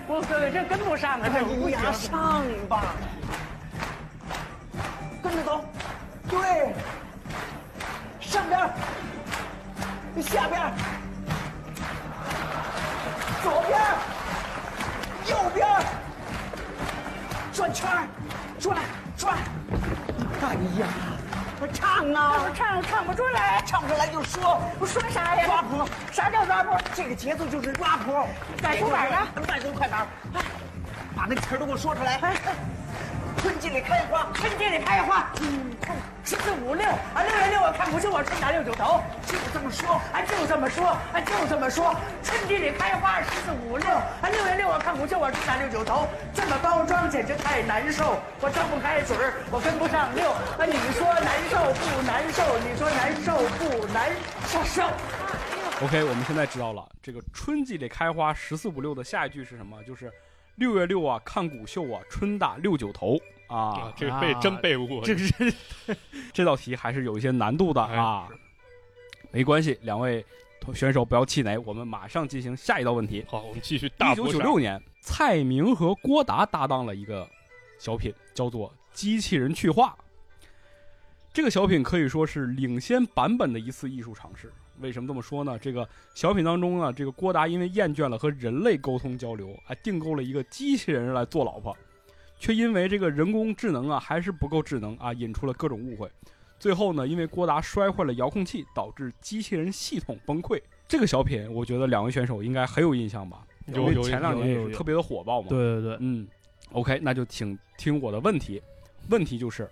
[SPEAKER 8] 不，各位这跟不上啊，这
[SPEAKER 6] 你
[SPEAKER 8] 不行
[SPEAKER 6] 俩。上吧，跟着走，对，上边儿，下边儿，左边儿，右边儿，转圈儿，转转，哎呀，我唱啊，我唱唱不出来，唱不出来就说，我说啥呀？抓谱，啥叫抓谱？这个节奏就是抓谱，
[SPEAKER 8] 快出板啊
[SPEAKER 6] 呢？慢速快板儿，哎把那个词儿都给我说出来。春季里开花，春季里开花，嗯十四五六啊，六六六，我看不是我春打六九头，就这么说，啊，就这么说，啊，就这么说，春季里开花，十四五六啊，六六六，我看不是我春打六九头，这么包装简直太难受，我张不开嘴儿，我跟不上六，啊，你说难受不难受？你说难受不难受？
[SPEAKER 3] OK，我们现在知道了这个春季里开花十四五六的下一句是什么？就是六月六啊，看谷秀啊，春打六九头啊
[SPEAKER 1] 啊，。这背真背不过。
[SPEAKER 3] 这个是这道题还是有一些难度的
[SPEAKER 1] 哎
[SPEAKER 3] 啊。没关系，两位同选手不要气馁，我们马上进行下一道问题。
[SPEAKER 1] 好，我们继续大
[SPEAKER 3] 一九
[SPEAKER 1] 搏
[SPEAKER 3] 九
[SPEAKER 1] 杀。
[SPEAKER 3] 六年，蔡明和郭达搭档了一个小品，叫做《机器人去化》。这个小品可以说是领先版本的一次艺术尝试。为什么这么说呢？这个小品当中呢，这个郭达因为厌倦了和人类沟通交流，啊，订购了一个机器人来做老婆，却因为这个人工智能啊还是不够智能啊，引出了各种误会。最后呢，因为郭达摔坏了遥控器，导致机器人系统崩溃。这个小品，我觉得两位选手应该很有印象吧？
[SPEAKER 1] 有
[SPEAKER 3] 因为
[SPEAKER 1] 有
[SPEAKER 3] 前两
[SPEAKER 4] 有
[SPEAKER 3] 年也
[SPEAKER 4] 有
[SPEAKER 3] 是
[SPEAKER 4] 有
[SPEAKER 3] 特别的火爆嘛。，
[SPEAKER 4] 对对对，
[SPEAKER 3] 嗯，OK，那就请听我的问题。问题就是，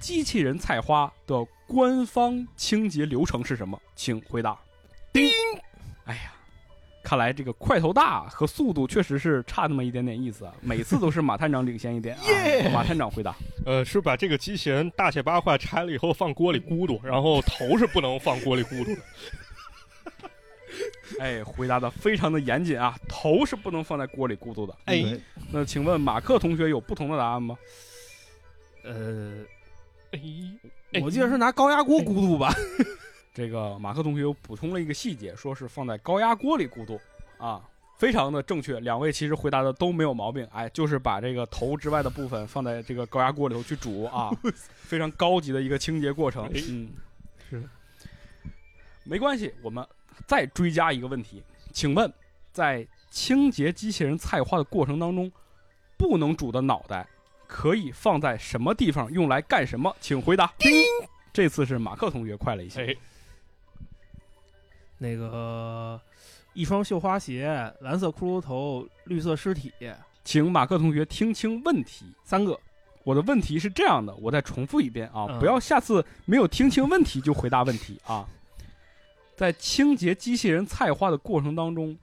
[SPEAKER 3] 机器人菜花的官方清洁流程是什么？请回答。叮！哎呀，看来这个块头大和速度确实是差那么一点点意思啊。每次都是马探长领先一点啊。马探长回答。
[SPEAKER 1] 呃，是把这个机器人大卸八块拆了以后放锅里咕嘟，然后头是不能放锅里咕 嘟的。
[SPEAKER 3] 哎，回答的非常的严谨啊，头是不能放在锅里咕嘟的。
[SPEAKER 9] 哎，
[SPEAKER 3] 那请问马克同学有不同的答案吗？
[SPEAKER 4] 呃，
[SPEAKER 1] 哎，
[SPEAKER 4] 我记得是拿高压锅咕嘟吧？
[SPEAKER 3] 这个马克同学又补充了一个细节，说是放在高压锅里咕嘟啊，非常的正确。两位其实回答的都没有毛病，哎，就是把这个头之外的部分放在这个高压锅里头去煮 啊，非常高级的一个清洁过程
[SPEAKER 1] 哎。
[SPEAKER 3] 嗯，
[SPEAKER 4] 是。
[SPEAKER 3] 没关系，我们再追加一个问题，请问，在清洁机器人菜花的过程当中，不能煮的脑袋可以放在什么地方用来干什么？请回答。这次是马克同学快了一些。
[SPEAKER 1] 哎，
[SPEAKER 4] 那个一双绣花鞋，蓝色骷髅头，绿色尸体，
[SPEAKER 3] 请马克同学听清问题。
[SPEAKER 4] 三个。
[SPEAKER 3] 我的问题是这样的，我再重复一遍啊，
[SPEAKER 4] 嗯
[SPEAKER 3] 不要下次没有听清问题就回答问题啊。在清洁机器人菜花的过程当中，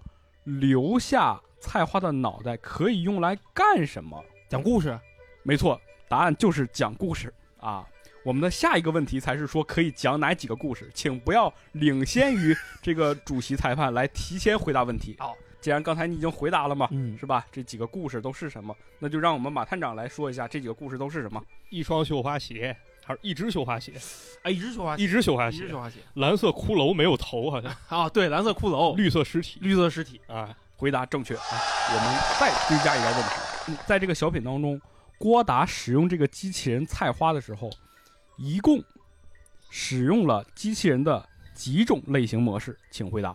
[SPEAKER 3] 留下菜花的脑袋可以用来干什么？
[SPEAKER 4] 讲故事，
[SPEAKER 3] 没错，答案就是讲故事啊。我们的下一个问题才是说可以讲哪几个故事，请不要领先于这个主席裁判来提前回答问题。
[SPEAKER 9] 好，
[SPEAKER 3] 既然刚才你已经回答了嘛，
[SPEAKER 4] 嗯，
[SPEAKER 3] 是吧？这几个故事都是什么？那就让我们马探长来说一下这几个故事都是什么。
[SPEAKER 1] 一双绣花鞋，还是一只绣花鞋？
[SPEAKER 9] 哎，一只
[SPEAKER 3] 啊
[SPEAKER 9] 绣花鞋，
[SPEAKER 1] 一只绣花
[SPEAKER 9] 一只
[SPEAKER 1] 鞋，
[SPEAKER 9] 绣花鞋
[SPEAKER 1] 蓝色骷髅没有头，好像
[SPEAKER 9] 啊，对，蓝色骷髅，
[SPEAKER 1] 绿色尸体
[SPEAKER 9] 绿色尸体，
[SPEAKER 1] 啊。
[SPEAKER 3] 回答正确啊！我们再追加一道问题。嗯在这个小品当中，郭达使用这个机器人菜花的时候，一共使用了机器人的几种类型模式？请回答。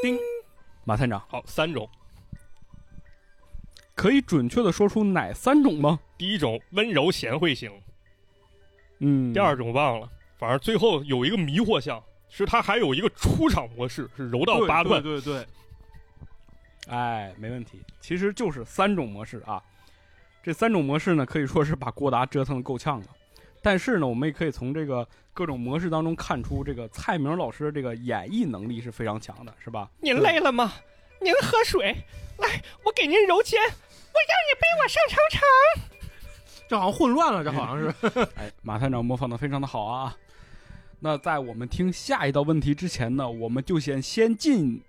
[SPEAKER 3] 叮，马探长
[SPEAKER 1] 好，三种。
[SPEAKER 3] 可以准确的说出哪三种吗？
[SPEAKER 1] 第一种温柔贤惠型，
[SPEAKER 3] 嗯，
[SPEAKER 1] 第二种忘了，反正最后有一个迷惑项，是它还有一个出场模式是柔道
[SPEAKER 9] 对
[SPEAKER 1] 八段，
[SPEAKER 9] 对对对，
[SPEAKER 3] 哎，没问题，其实就是三种模式啊。这三种模式呢，可以说是把郭达折腾的够呛了。但是呢，我们也可以从这个各种模式当中看出，这个蔡明老师的这个演绎能力是非常强的，是吧？
[SPEAKER 1] 您累了吗？您喝水，来，我给您揉肩，我让你背我上长城。
[SPEAKER 4] 这好像混乱了，这好像是
[SPEAKER 3] 哎，马探长模仿的非常的好啊。那在我们听下一道问题之前呢，我们就先先进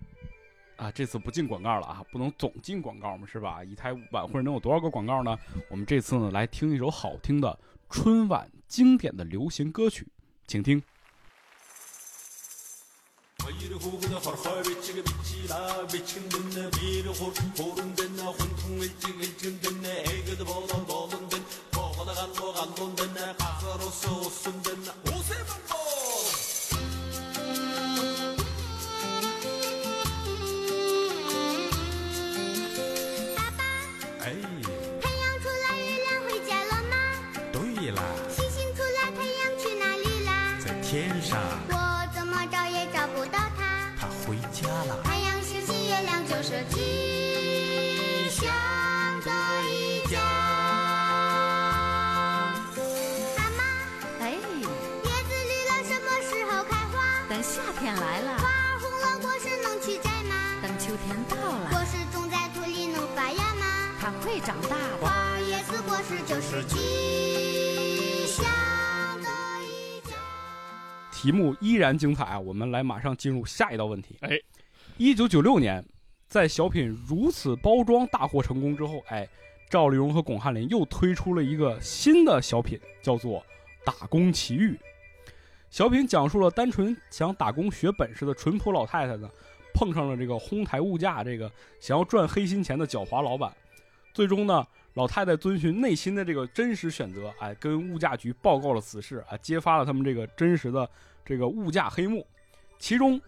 [SPEAKER 3] 啊，这次不进广告了啊，不能总进广告嘛，是吧？一台晚会能有多少个广告呢？我们这次呢来听一首好听的春晚经典的流行歌曲，请听。
[SPEAKER 10] 哎，
[SPEAKER 7] 太阳出来，月亮回家了吗？
[SPEAKER 10] 对啦，
[SPEAKER 7] 星星出来，太阳去哪里啦？
[SPEAKER 10] 在天上
[SPEAKER 7] 我怎么找也找不到它。
[SPEAKER 10] 他回家了。
[SPEAKER 7] 太阳升起，月亮就说吉祥的一家。妈妈，
[SPEAKER 11] 哎，
[SPEAKER 7] 叶子绿了，什么时候开花？
[SPEAKER 11] 等夏天来
[SPEAKER 7] 花
[SPEAKER 11] 了，
[SPEAKER 7] 儿红了，果实能去摘吗？
[SPEAKER 11] 等秋天到
[SPEAKER 7] 果
[SPEAKER 11] 了，
[SPEAKER 7] 实种在土里能发芽吗？
[SPEAKER 11] 它会长大的。
[SPEAKER 7] 花儿也是果实，就是吉祥的一家。
[SPEAKER 3] 题目依然精彩啊！我们来马上进入下一道问题。
[SPEAKER 1] 哎，
[SPEAKER 3] 一九九六年，在小品如此包装大获成功之后，哎，赵丽蓉和巩汉林又推出了一个新的小品，叫做《打工奇遇》。小品讲述了单纯想打工学本事的淳朴老太太呢，碰上了这个哄抬物价、这个想要赚黑心钱的狡猾老板，最终呢，老太太遵循内心的这个真实选择，哎，跟物价局报告了此事，啊，揭发了他们这个真实的这个物价黑幕。其中，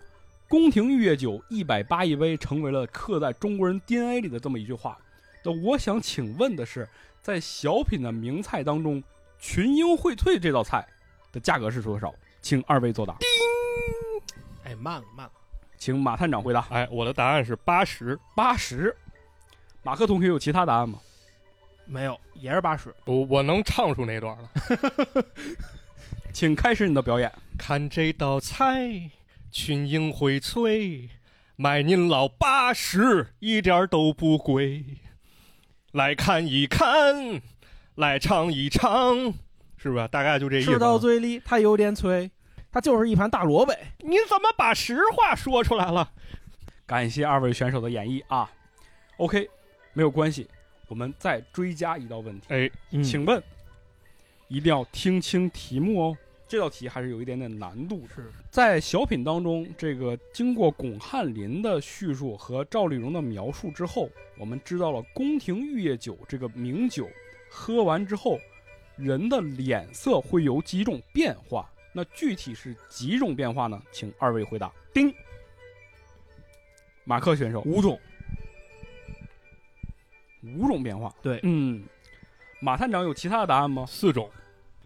[SPEAKER 3] 宫廷玉液酒一百八一杯成为了刻在中国人 DNA 里的这么一句话。那我想请问的是，在小品的名菜当中，群英荟萃这道菜的价格是多少？请二位作答，
[SPEAKER 9] 哎，慢了 慢了，
[SPEAKER 3] 请马探长回答。
[SPEAKER 1] 哎，我的答案是八十。
[SPEAKER 3] 八十，马克同学有其他答案吗？
[SPEAKER 4] 没有，也是八十。
[SPEAKER 1] 我我能唱出那段了。
[SPEAKER 3] 请开始你的表演。
[SPEAKER 1] 看这道菜，群英荟萃，买您老八十，一点儿都不贵。来看一看，来尝一尝，是吧？大概就这意
[SPEAKER 4] 吃
[SPEAKER 1] 思
[SPEAKER 4] 到
[SPEAKER 1] 吧。
[SPEAKER 4] 嘴里，它有点脆，它就是一盘大萝卜。
[SPEAKER 1] 你怎么把实话说出来了？
[SPEAKER 3] 感谢二位选手的演绎啊。OK，没有关系，我们再追加一道问题，
[SPEAKER 1] 哎，
[SPEAKER 4] 嗯
[SPEAKER 3] 请问，一定要听清题目哦。这道题还是有一点点难度的。
[SPEAKER 4] 是
[SPEAKER 3] 在小品当中，这个经过巩汉林的叙述和赵丽蓉的描述之后，我们知道了宫廷玉液酒这个名酒，喝完之后，人的脸色会有几种变化。那具体是几种变化呢？请二位回答。丁，马克选手，
[SPEAKER 4] 五种，
[SPEAKER 3] 五种变化。
[SPEAKER 4] 对
[SPEAKER 3] 嗯，马探长有其他的答案吗？
[SPEAKER 1] 四种，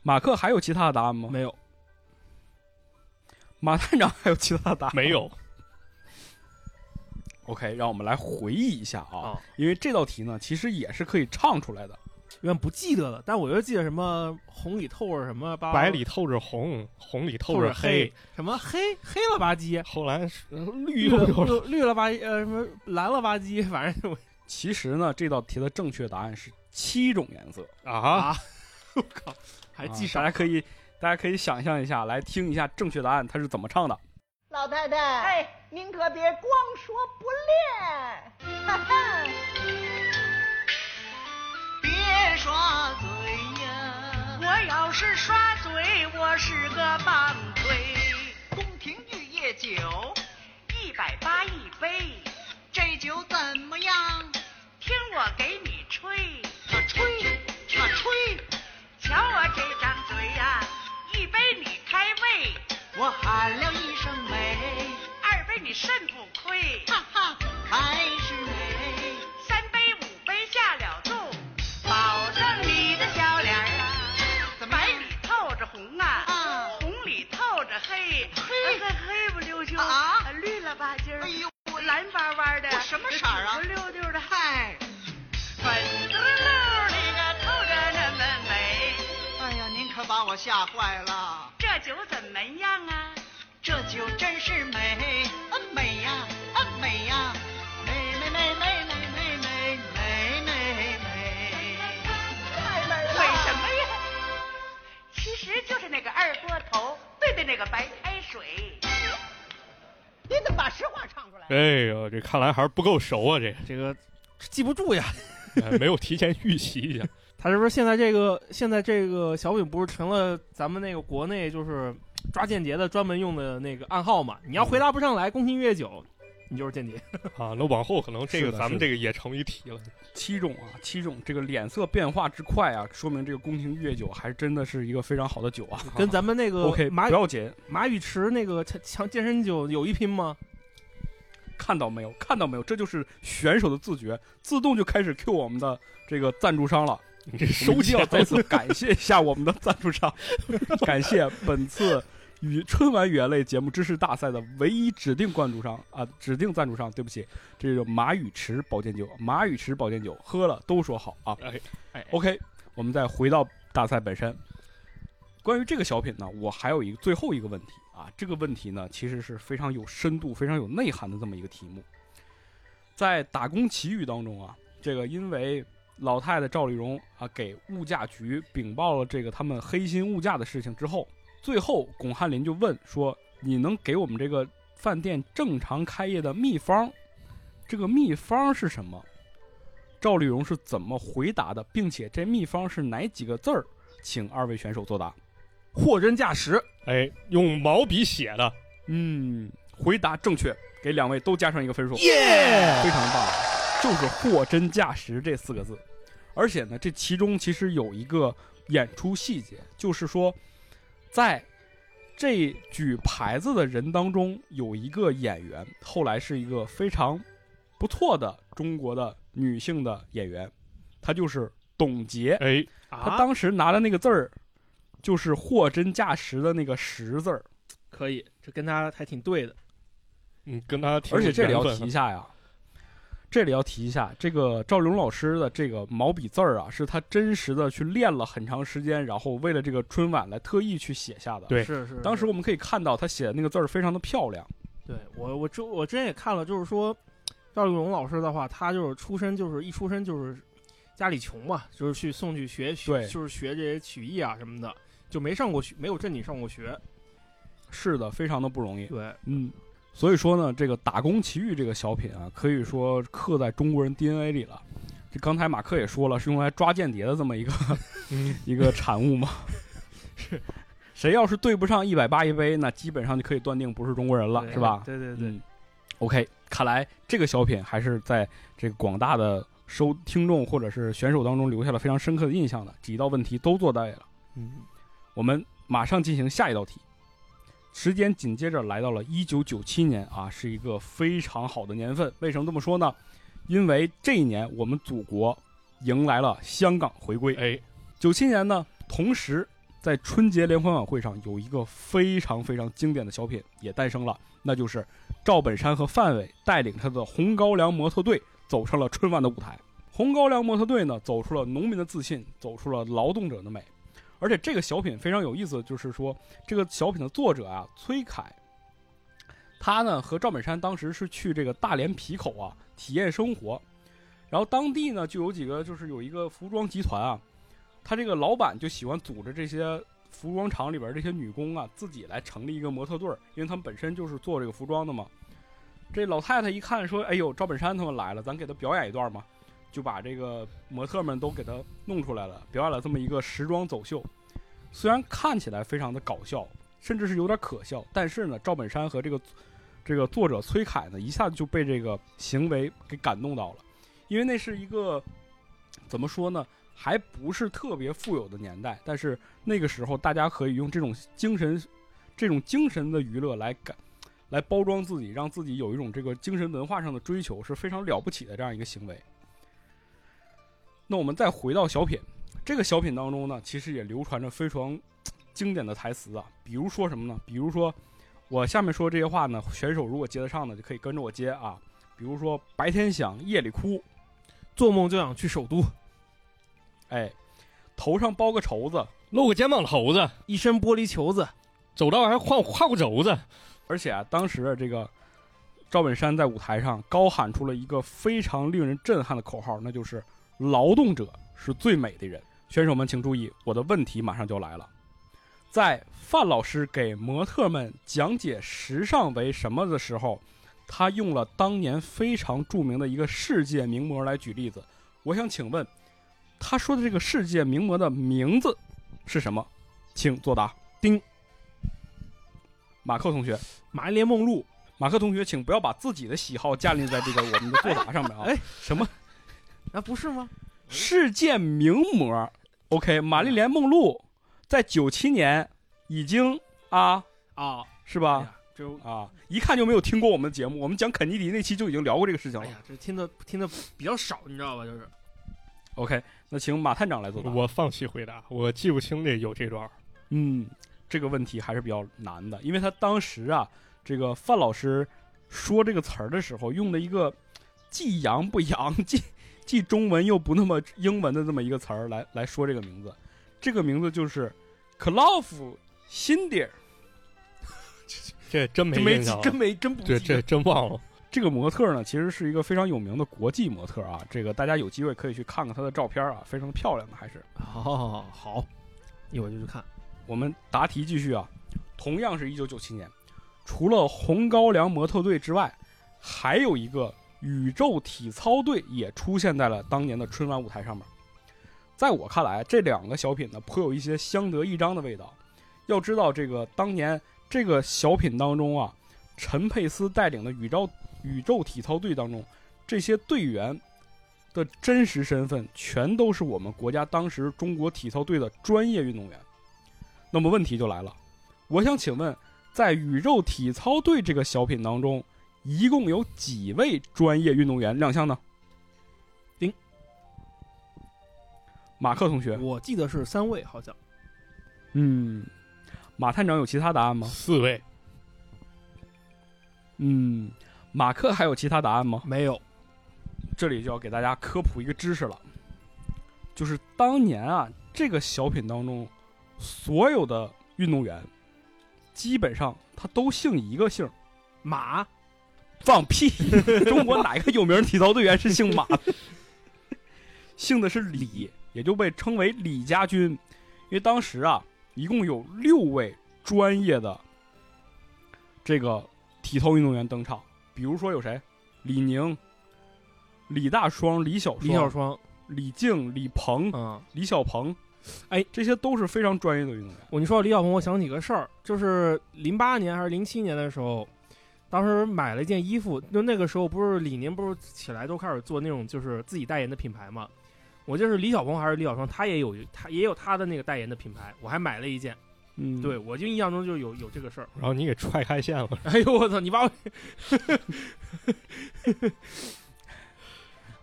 [SPEAKER 3] 马克还有其他的答案吗？
[SPEAKER 4] 没有，
[SPEAKER 3] 马探长还有其他的答案吗
[SPEAKER 1] 没有。
[SPEAKER 3] OK，让我们来回忆一下啊，
[SPEAKER 4] 啊
[SPEAKER 3] 因为这道题呢，其实也是可以唱出来的。
[SPEAKER 4] 有点不记得了，但我就记得什么红里透着什么吧，
[SPEAKER 1] 白里透着红，红里透
[SPEAKER 4] 透
[SPEAKER 1] 着
[SPEAKER 4] 黑，什么黑黑了吧唧，
[SPEAKER 1] 后来是
[SPEAKER 4] 绿
[SPEAKER 1] 绿又
[SPEAKER 4] 了呃
[SPEAKER 1] 有
[SPEAKER 4] 绿绿了吧呃什么蓝了吧唧，反正我
[SPEAKER 3] 其实呢，这道题的正确答案是七种颜色
[SPEAKER 1] 啊！
[SPEAKER 3] 我靠，
[SPEAKER 12] 哎
[SPEAKER 3] 还
[SPEAKER 1] 记
[SPEAKER 3] 啊少、大家可以，大家可以想象一下，来听一下正确答案它是怎么唱的。
[SPEAKER 13] 老太太，哎，您可别光说不练，哈哈。
[SPEAKER 14] 别耍嘴呀！
[SPEAKER 13] 我要是耍嘴，我是个棒槌。
[SPEAKER 14] 宫廷玉液酒，一百八一杯，这酒怎么样？
[SPEAKER 13] 听我给你吹，
[SPEAKER 14] 我吹，我吹，
[SPEAKER 13] 瞧我这张嘴呀、一杯你开胃，
[SPEAKER 14] 我喊了一声美，
[SPEAKER 13] 二杯你肾不亏，
[SPEAKER 14] 哈哈，还是美。
[SPEAKER 13] 三杯五杯下了肚，
[SPEAKER 14] 保证你的小脸儿啊，怎么
[SPEAKER 13] 白
[SPEAKER 14] 样
[SPEAKER 13] 里透着红啊，
[SPEAKER 14] 啊
[SPEAKER 13] 红里透着黑，啊
[SPEAKER 14] 嘿
[SPEAKER 13] 黑黑不溜秋
[SPEAKER 14] 啊，
[SPEAKER 13] 绿了吧唧儿，
[SPEAKER 14] 哎呦，
[SPEAKER 13] 蓝巴巴的，
[SPEAKER 14] 我什么色儿啊
[SPEAKER 13] 紫不溜丢的，
[SPEAKER 14] 嗨，
[SPEAKER 13] 粉嘟溜的呀，透着那么美。
[SPEAKER 14] 哎呀，您可把我吓坏了，
[SPEAKER 13] 这酒怎么样啊？
[SPEAKER 14] 这酒真是美，啊美呀，啊美呀，美美美美美美美美美美。
[SPEAKER 13] 太美了！美什么呀？其实就是那个二锅头兑的那个白开水。
[SPEAKER 6] 你怎么把实话唱出来？
[SPEAKER 1] 哎呦，这看来还是不够熟啊，这
[SPEAKER 4] 这个记不住呀。
[SPEAKER 1] 哎没有提前预习一下。
[SPEAKER 4] 他是不是现在这个现在这个小品不是成了咱们那个国内就是抓间谍的专门用的那个暗号嘛？你要回答不上来，宫廷月酒，你就是间谍。
[SPEAKER 1] 啊，那往后可能这
[SPEAKER 3] 是
[SPEAKER 1] 个
[SPEAKER 3] 的
[SPEAKER 1] 咱们
[SPEAKER 3] 是的
[SPEAKER 1] 这个也成一题了。
[SPEAKER 3] 七种啊，七种，这个脸色变化之快啊，说明这个宫廷御液酒还真的是一个非常好的酒啊。
[SPEAKER 4] 跟咱们那个
[SPEAKER 3] OK
[SPEAKER 4] 马
[SPEAKER 3] 不要紧，
[SPEAKER 4] 马宇驰那个强强健身酒有一拼吗？
[SPEAKER 3] 看到没有？看到没有？这就是选手的自觉，自动就开始 Q 我们的这个赞助商了。
[SPEAKER 1] 你这
[SPEAKER 3] 我
[SPEAKER 1] 收
[SPEAKER 3] 们一定
[SPEAKER 1] 钱
[SPEAKER 3] 要再次感谢一下我们的赞助 商，感谢本次与春晚语言类节目知识大赛的唯一指定赞助商啊、指定赞助商，对不起，这是马宇驰保健酒，马宇驰保健酒喝了都说好啊。
[SPEAKER 1] 哎
[SPEAKER 4] 哎
[SPEAKER 3] OK，我们再回到大赛本身。关于这个小品呢，我还有一个最后一个问题啊，这个问题呢其实是非常有深度、非常有内涵的这么一个题目。在《打工奇遇》当中啊，这个因为老太太赵丽蓉啊给物价局禀报了这个他们黑心物价的事情之后，最后巩汉林就问说：“你能给我们这个饭店正常开业的秘方？这个秘方是什么？”赵丽蓉是怎么回答的，并且这秘方是哪几个字儿？请二位选手作答。
[SPEAKER 4] 货真价实。
[SPEAKER 1] 哎，用毛笔写的，
[SPEAKER 3] 嗯，回答正确，给两位都加上一个分数。
[SPEAKER 4] 耶
[SPEAKER 3] 非常棒，就是“货真价实”这四个字。而且呢，这其中其实有一个演出细节，就是说，在这举牌子的人当中，有一个演员后来是一个非常不错的中国的女性的演员，她就是董洁。
[SPEAKER 1] 哎，
[SPEAKER 3] 她当时拿的那个字儿，就是“货真价实”的那个“实”字儿。
[SPEAKER 4] 可以，这跟他还挺对的。
[SPEAKER 1] 嗯，跟他挺
[SPEAKER 3] 而且这里
[SPEAKER 1] 有
[SPEAKER 3] 要
[SPEAKER 1] 缘
[SPEAKER 3] 提
[SPEAKER 1] 分
[SPEAKER 3] 一下呀，这里要提一下，这个赵丽蓉老师的这个毛笔字儿啊，是她真实的去练了很长时间，然后为了这个春晚来特意去写下的。
[SPEAKER 1] 对
[SPEAKER 4] 是是。
[SPEAKER 3] 当时我们可以看到她写的那个字儿非常的漂亮。
[SPEAKER 4] 对我我之我之前也看了，就是说赵丽蓉老师的话，她就是出身就是一出身就是家里穷嘛，就是去送去学学
[SPEAKER 3] 对
[SPEAKER 4] 就是学这些曲艺啊什么的，就没上过学，没有正经上过学。
[SPEAKER 3] 是的，非常的不容易。
[SPEAKER 4] 对，
[SPEAKER 3] 嗯，所以说呢，这个《打工奇遇》这个小品啊，可以说刻在中国人 DNA 里了。这刚才马克也说了，是用来抓间谍的这么一个
[SPEAKER 1] 嗯，
[SPEAKER 3] 一个产物嘛。是，谁要是对不上一百八一杯，那基本上就可以断定不是中国人了，
[SPEAKER 4] 对
[SPEAKER 3] 是吧？
[SPEAKER 4] 对对对，
[SPEAKER 3] 嗯，OK，看来这个小品还是在这个广大的收听众或者是选手当中留下了非常深刻的印象的。几道问题都做对了，
[SPEAKER 4] 嗯，
[SPEAKER 3] 我们马上进行下一道题。时间紧接着来到了一九九七年啊，是一个非常好的年份。为什么这么说呢？因为这一年我们祖国迎来了香港回归。
[SPEAKER 1] 哎，
[SPEAKER 3] 九七年呢，同时在春节联欢晚会上有一个非常非常经典的小品也诞生了，那就是赵本山和范伟带领他的红高粱模特队走上了春晚的舞台。红高粱模特队呢，走出了农民的自信，走出了劳动者的美。而且这个小品非常有意思，就是说这个小品的作者啊，崔凯，他呢和赵本山当时是去这个大连皮口啊体验生活。然后当地呢就有几个就是有一个服装集团啊，他这个老板就喜欢组织这些服装厂里边这些女工啊自己来成立一个模特队儿，因为他们本身就是做这个服装的嘛。这老太太一看说：“哎呦，赵本山他们来了，咱给他表演一段嘛。”就把这个模特们都给他弄出来了，表演了这么一个时装走秀。虽然看起来非常的搞笑，甚至是有点可笑，但是呢，赵本山和这个这个作者崔凯呢，一下就被这个行为给感动到了，因为那是一个怎么说呢，还不是特别富有的年代，但是那个时候大家可以用这种精神、这种精神的娱乐来感。来包装自己，让自己有一种这个精神文化上的追求，是非常了不起的这样一个行为。那我们再回到小品，这个小品当中呢，其实也流传着非常经典的台词啊，比如说什么呢？比如说我下面说这些话呢，选手如果接得上呢，就可以跟着我接啊。比如说白天想，夜里哭，
[SPEAKER 4] 做梦就想去首都，
[SPEAKER 3] 哎，头上包个绸子，
[SPEAKER 1] 露个肩膀头子，
[SPEAKER 4] 一身玻璃球子，
[SPEAKER 1] 走道还画画过轴子。
[SPEAKER 3] 而且啊，当时啊这个赵本山在舞台上高喊出了一个非常令人震撼的口号，那就是“劳动者是最美的人”。选手们请注意，我的问题马上就来了。在范老师给模特们讲解时尚为什么的时候，他用了当年非常著名的一个世界名模来举例子。我想请问，他说的这个世界名模的名字是什么？请作答。
[SPEAKER 4] 丁。
[SPEAKER 3] 马克同学，
[SPEAKER 4] 玛丽莲梦露，
[SPEAKER 3] 马克同学，请不要把自己的喜好建立在这个我们的作答上面啊！
[SPEAKER 4] 哎，
[SPEAKER 3] 什么？
[SPEAKER 4] 啊，不是吗？
[SPEAKER 3] 世界名模，OK，玛丽莲梦露在九七年已经啊
[SPEAKER 4] 啊，
[SPEAKER 3] 是吧？
[SPEAKER 4] 哎呀就
[SPEAKER 3] 啊，一看就没有听过我们的节目。我们讲肯尼迪那期就已经聊过这个事情了。
[SPEAKER 4] 哎呀，这听的听的比较少，你知道吧？就是。
[SPEAKER 3] OK，那请马探长来作答。
[SPEAKER 1] 我放弃回答，我记不清这有这段。
[SPEAKER 3] 嗯，这个问题还是比较难的，因为他当时啊，这个范老师说这个词儿的时候，用了一个既洋不洋， 既既中文又不那么英文的这么一个词儿来来说这个名字。这个名字就是克劳夫辛迪尔，
[SPEAKER 1] 这真没
[SPEAKER 3] 真没
[SPEAKER 1] 印
[SPEAKER 3] 记
[SPEAKER 1] 象了
[SPEAKER 3] 真没真不
[SPEAKER 1] 这
[SPEAKER 3] 记
[SPEAKER 1] 这
[SPEAKER 3] 得
[SPEAKER 1] 真忘了。
[SPEAKER 3] 这个模特呢，其实是一个非常有名的国际模特啊，这个大家有机会可以去看看她的照片啊，非常漂亮的，还是
[SPEAKER 4] 好好
[SPEAKER 3] 哦
[SPEAKER 4] 好好，一会儿就去看。
[SPEAKER 3] 我们答题继续啊，同样是一九九七年，除了红高粱模特队之外，还有一个宇宙体操队也出现在了当年的春晚舞台上面。在我看来，这两个小品呢，颇有一些相得益彰的味道。要知道，这个当年这个小品当中啊，陈佩斯带领的宇宙宇宙体操队当中，这些队员的真实身份全都是我们国家当时中国体操队的专业运动员。那么问题就来了，我想请问，在宇宙体操队这个小品当中，一共有几位专业运动员亮相呢？
[SPEAKER 4] 丁，
[SPEAKER 3] 马克同学，
[SPEAKER 4] 我记得是三位，好像
[SPEAKER 3] 嗯，马探长有其他答案吗？
[SPEAKER 1] 四位，
[SPEAKER 3] 嗯，马克还有其他答案吗？
[SPEAKER 4] 没有。
[SPEAKER 3] 这里就要给大家科普一个知识了，就是当年啊，这个小品当中，所有的运动员基本上他都姓一个姓儿，
[SPEAKER 4] 马。
[SPEAKER 3] 放屁！中国哪个有名体操队员是姓马的？姓的是李，也就被称为李家军。因为当时啊，一共有六位专业的这个体操运动员登场，比如说有谁？李宁、李大双、李小双、
[SPEAKER 4] 李小双，
[SPEAKER 3] 李静、李鹏、
[SPEAKER 4] 嗯，
[SPEAKER 3] 李小鹏，
[SPEAKER 4] 哎，
[SPEAKER 3] 这些都是非常专业的运动员。
[SPEAKER 4] 我你说到李小鹏，我想起个事儿，就是零八年还是零七年的时候，当时买了一件衣服，就那个时候不是李宁不是起来都开始做那种就是自己代言的品牌嘛，我就是李小鹏还是李小双，他也有他也有他的那个代言的品牌，我还买了一件，
[SPEAKER 3] 嗯，
[SPEAKER 4] 对我就印象中就有有这个事儿。
[SPEAKER 1] 然后你给踹开线了。
[SPEAKER 4] 哎呦我操，你把我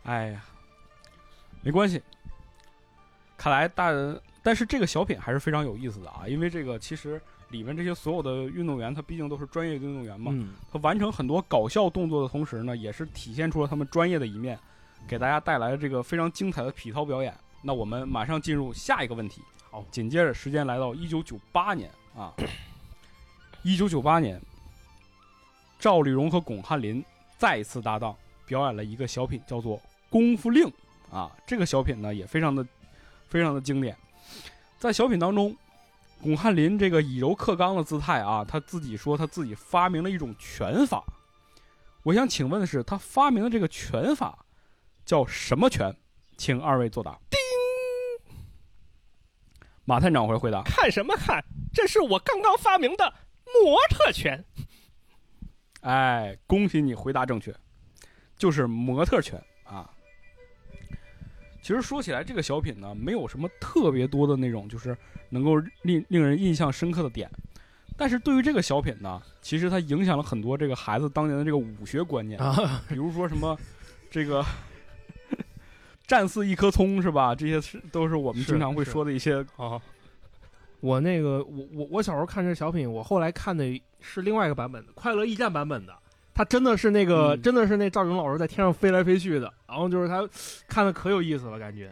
[SPEAKER 3] 哎呀，没关系。看来大人，但是这个小品还是非常有意思的啊，因为这个其实里面这些所有的运动员，他毕竟都是专业运动员嘛，
[SPEAKER 4] 嗯，
[SPEAKER 3] 他完成很多搞笑动作的同时呢，也是体现出了他们专业的一面，给大家带来了这个非常精彩的体操表演。那我们马上进入下一个问题。
[SPEAKER 4] 好，
[SPEAKER 3] 紧接着时间来到一九九八年啊，一九九八年，赵丽蓉和巩汉林再次搭档表演了一个小品，叫做《功夫令》啊，这个小品呢也非常的非常的经典。在小品当中，巩汉林这个以柔克刚的姿态啊，他自己说他自己发明了一种拳法。我想请问的是，他发明的这个拳法叫什么拳？请二位作答。叮！马探长会回答。
[SPEAKER 1] 看什么看？这是我刚刚发明的模特拳。
[SPEAKER 3] 哎，恭喜你回答正确，就是模特拳啊。其实说起来，这个小品呢，没有什么特别多的那种，就是能够令令人印象深刻的点。但是对于这个小品呢，其实它影响了很多这个孩子当年的这个武学观念，
[SPEAKER 4] 啊
[SPEAKER 3] 比如说什么这个战似一棵葱是吧？这些是都是我们
[SPEAKER 4] 是
[SPEAKER 3] 经常会
[SPEAKER 4] 是
[SPEAKER 3] 说的一些
[SPEAKER 1] 啊。
[SPEAKER 4] 我那个我我我小时候看这小品，我后来看的是另外一个版本的《快乐驿站》版本的。他真的是那个，
[SPEAKER 3] 嗯
[SPEAKER 4] 真的是那赵勇老师在天上飞来飞去的，然后就是他看的可有意思了，感觉。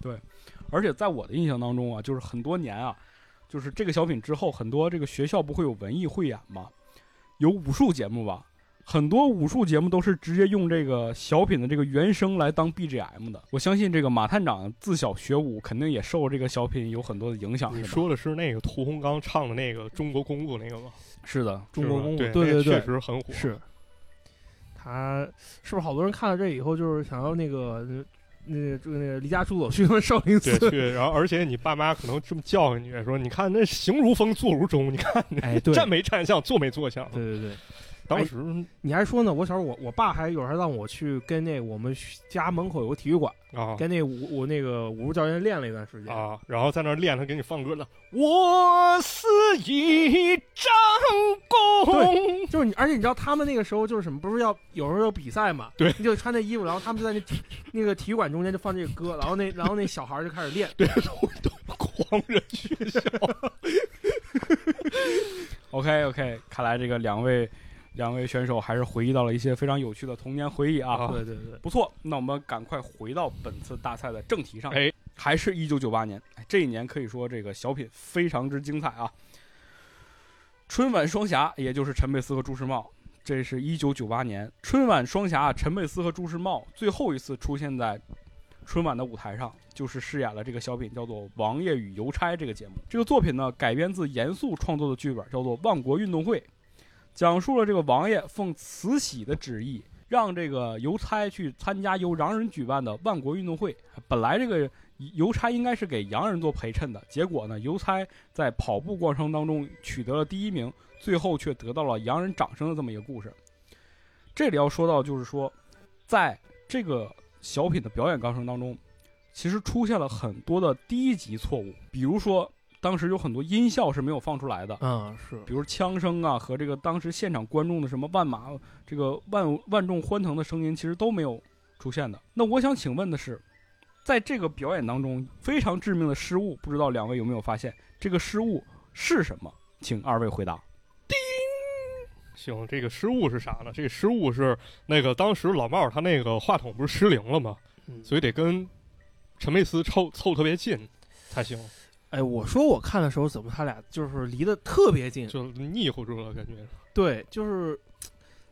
[SPEAKER 3] 对，而且在我的印象当中啊，就是很多年啊，就是这个小品之后，很多这个学校不会有文艺汇演吗？有武术节目吧？很多武术节目都是直接用这个小品的这个原声来当 BGM 的。我相信这个马探长自小学武，肯定也受这个小品有很多的影响。
[SPEAKER 1] 你
[SPEAKER 3] 啊是吧
[SPEAKER 1] 说的是那个屠洪刚唱的那个《中国功夫》那个吗？
[SPEAKER 3] 是的，
[SPEAKER 4] 中国功夫，
[SPEAKER 1] 对
[SPEAKER 4] 对
[SPEAKER 1] 那
[SPEAKER 4] 对，
[SPEAKER 1] 确实很火。
[SPEAKER 4] 是，他是不是好多人看了这以后，就是想要那个那个那个离家出走去他妈少林寺
[SPEAKER 1] 对，？去，然后而且你爸妈可能这么教育你，说你看那行如风，坐如钟，你看你
[SPEAKER 4] 哎对
[SPEAKER 1] 站没站相，坐没坐相。
[SPEAKER 4] 对对对，
[SPEAKER 1] 当时
[SPEAKER 4] 你还说呢，我小时候我我爸还有时候让我去跟那我们家门口有个体育馆，
[SPEAKER 1] 啊
[SPEAKER 4] 跟那武我那个武术教练练了一段时间。
[SPEAKER 1] 啊，然后在那儿练，他给你放歌了。我是一张弓，
[SPEAKER 4] 对，就是你，而且你知道他们那个时候就是什么，不是要有时候要比赛嘛？
[SPEAKER 1] 对，
[SPEAKER 4] 你就穿那衣服，然后他们就在那体那个体育馆中间就放这个歌，然后那然后那小孩就开始练。对，
[SPEAKER 1] 狂人学校。
[SPEAKER 3] OK OK，看来这个两位两位选手还是回忆到了一些非常有趣的童年回忆啊。
[SPEAKER 4] 对对对，
[SPEAKER 3] 不错。那我们赶快回到本次大赛的正题上，
[SPEAKER 1] 哎，
[SPEAKER 3] 还是一九九八年，哎这一年可以说这个小品非常之精彩啊。春晚双侠，也就是陈佩斯和朱时茂，这是一九九八年春晚双侠，陈佩斯和朱时茂最后一次出现在春晚的舞台上，就是饰演了这个小品叫做《王爷与邮差》这个节目。这个作品呢，改编自严肃创作的剧本，叫做《万国运动会》，讲述了这个王爷奉慈禧的旨意，让这个邮差去参加由洋人举办的万国运动会。本来这个邮差应该是给洋人做陪衬的，结果呢，邮差在跑步过程当中取得了第一名，最后却得到了洋人掌声的这么一个故事。这里要说到，就是说，在这个小品的表演过程当中，其实出现了很多的低级错误，比如说当时有很多音效是没有放出来的，
[SPEAKER 4] 嗯，是
[SPEAKER 3] 比如枪声啊和这个当时现场观众的什么万马这个万万众欢腾的声音，其实都没有出现的。那我想请问的是，在这个表演当中非常致命的失误，不知道两位有没有发现这个失误是什么？请二位回答。
[SPEAKER 1] 行，这个失误是啥呢？这个失误是那个当时老帽儿他那个话筒不是失灵了吗？所以得跟陈佩斯凑凑特别近才行，
[SPEAKER 4] 哎，我说我看的时候，怎么他俩就是离得特别近？
[SPEAKER 1] 就腻乎住了感觉。
[SPEAKER 4] 对，就是，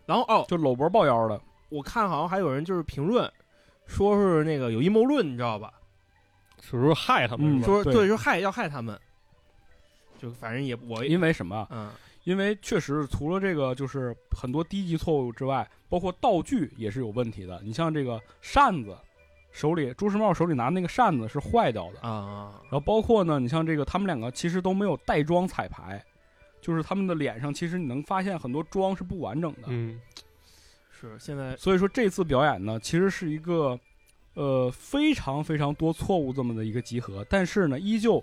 [SPEAKER 4] 然后哦，
[SPEAKER 3] 就搂脖抱腰的。
[SPEAKER 4] 我看好像还有人就是评论，说是那个有阴谋论，你知道吧？
[SPEAKER 1] 是不是害他们是吧？
[SPEAKER 4] 说对，说害要害他们，就反正也我
[SPEAKER 3] 因为什么？啊
[SPEAKER 4] 嗯，
[SPEAKER 3] 因为确实除了这个就是很多低级错误之外，包括道具也是有问题的。你像这个扇子，手里朱时茂手里拿那个扇子是坏掉的
[SPEAKER 4] 啊。
[SPEAKER 3] 然后包括呢，你像这个他们两个其实都没有带妆彩排，就是他们的脸上其实你能发现很多妆是不完整的。
[SPEAKER 1] 嗯，
[SPEAKER 4] 是现在
[SPEAKER 3] 所以说这次表演呢，其实是一个呃非常非常多错误这么的一个集合，但是呢，依旧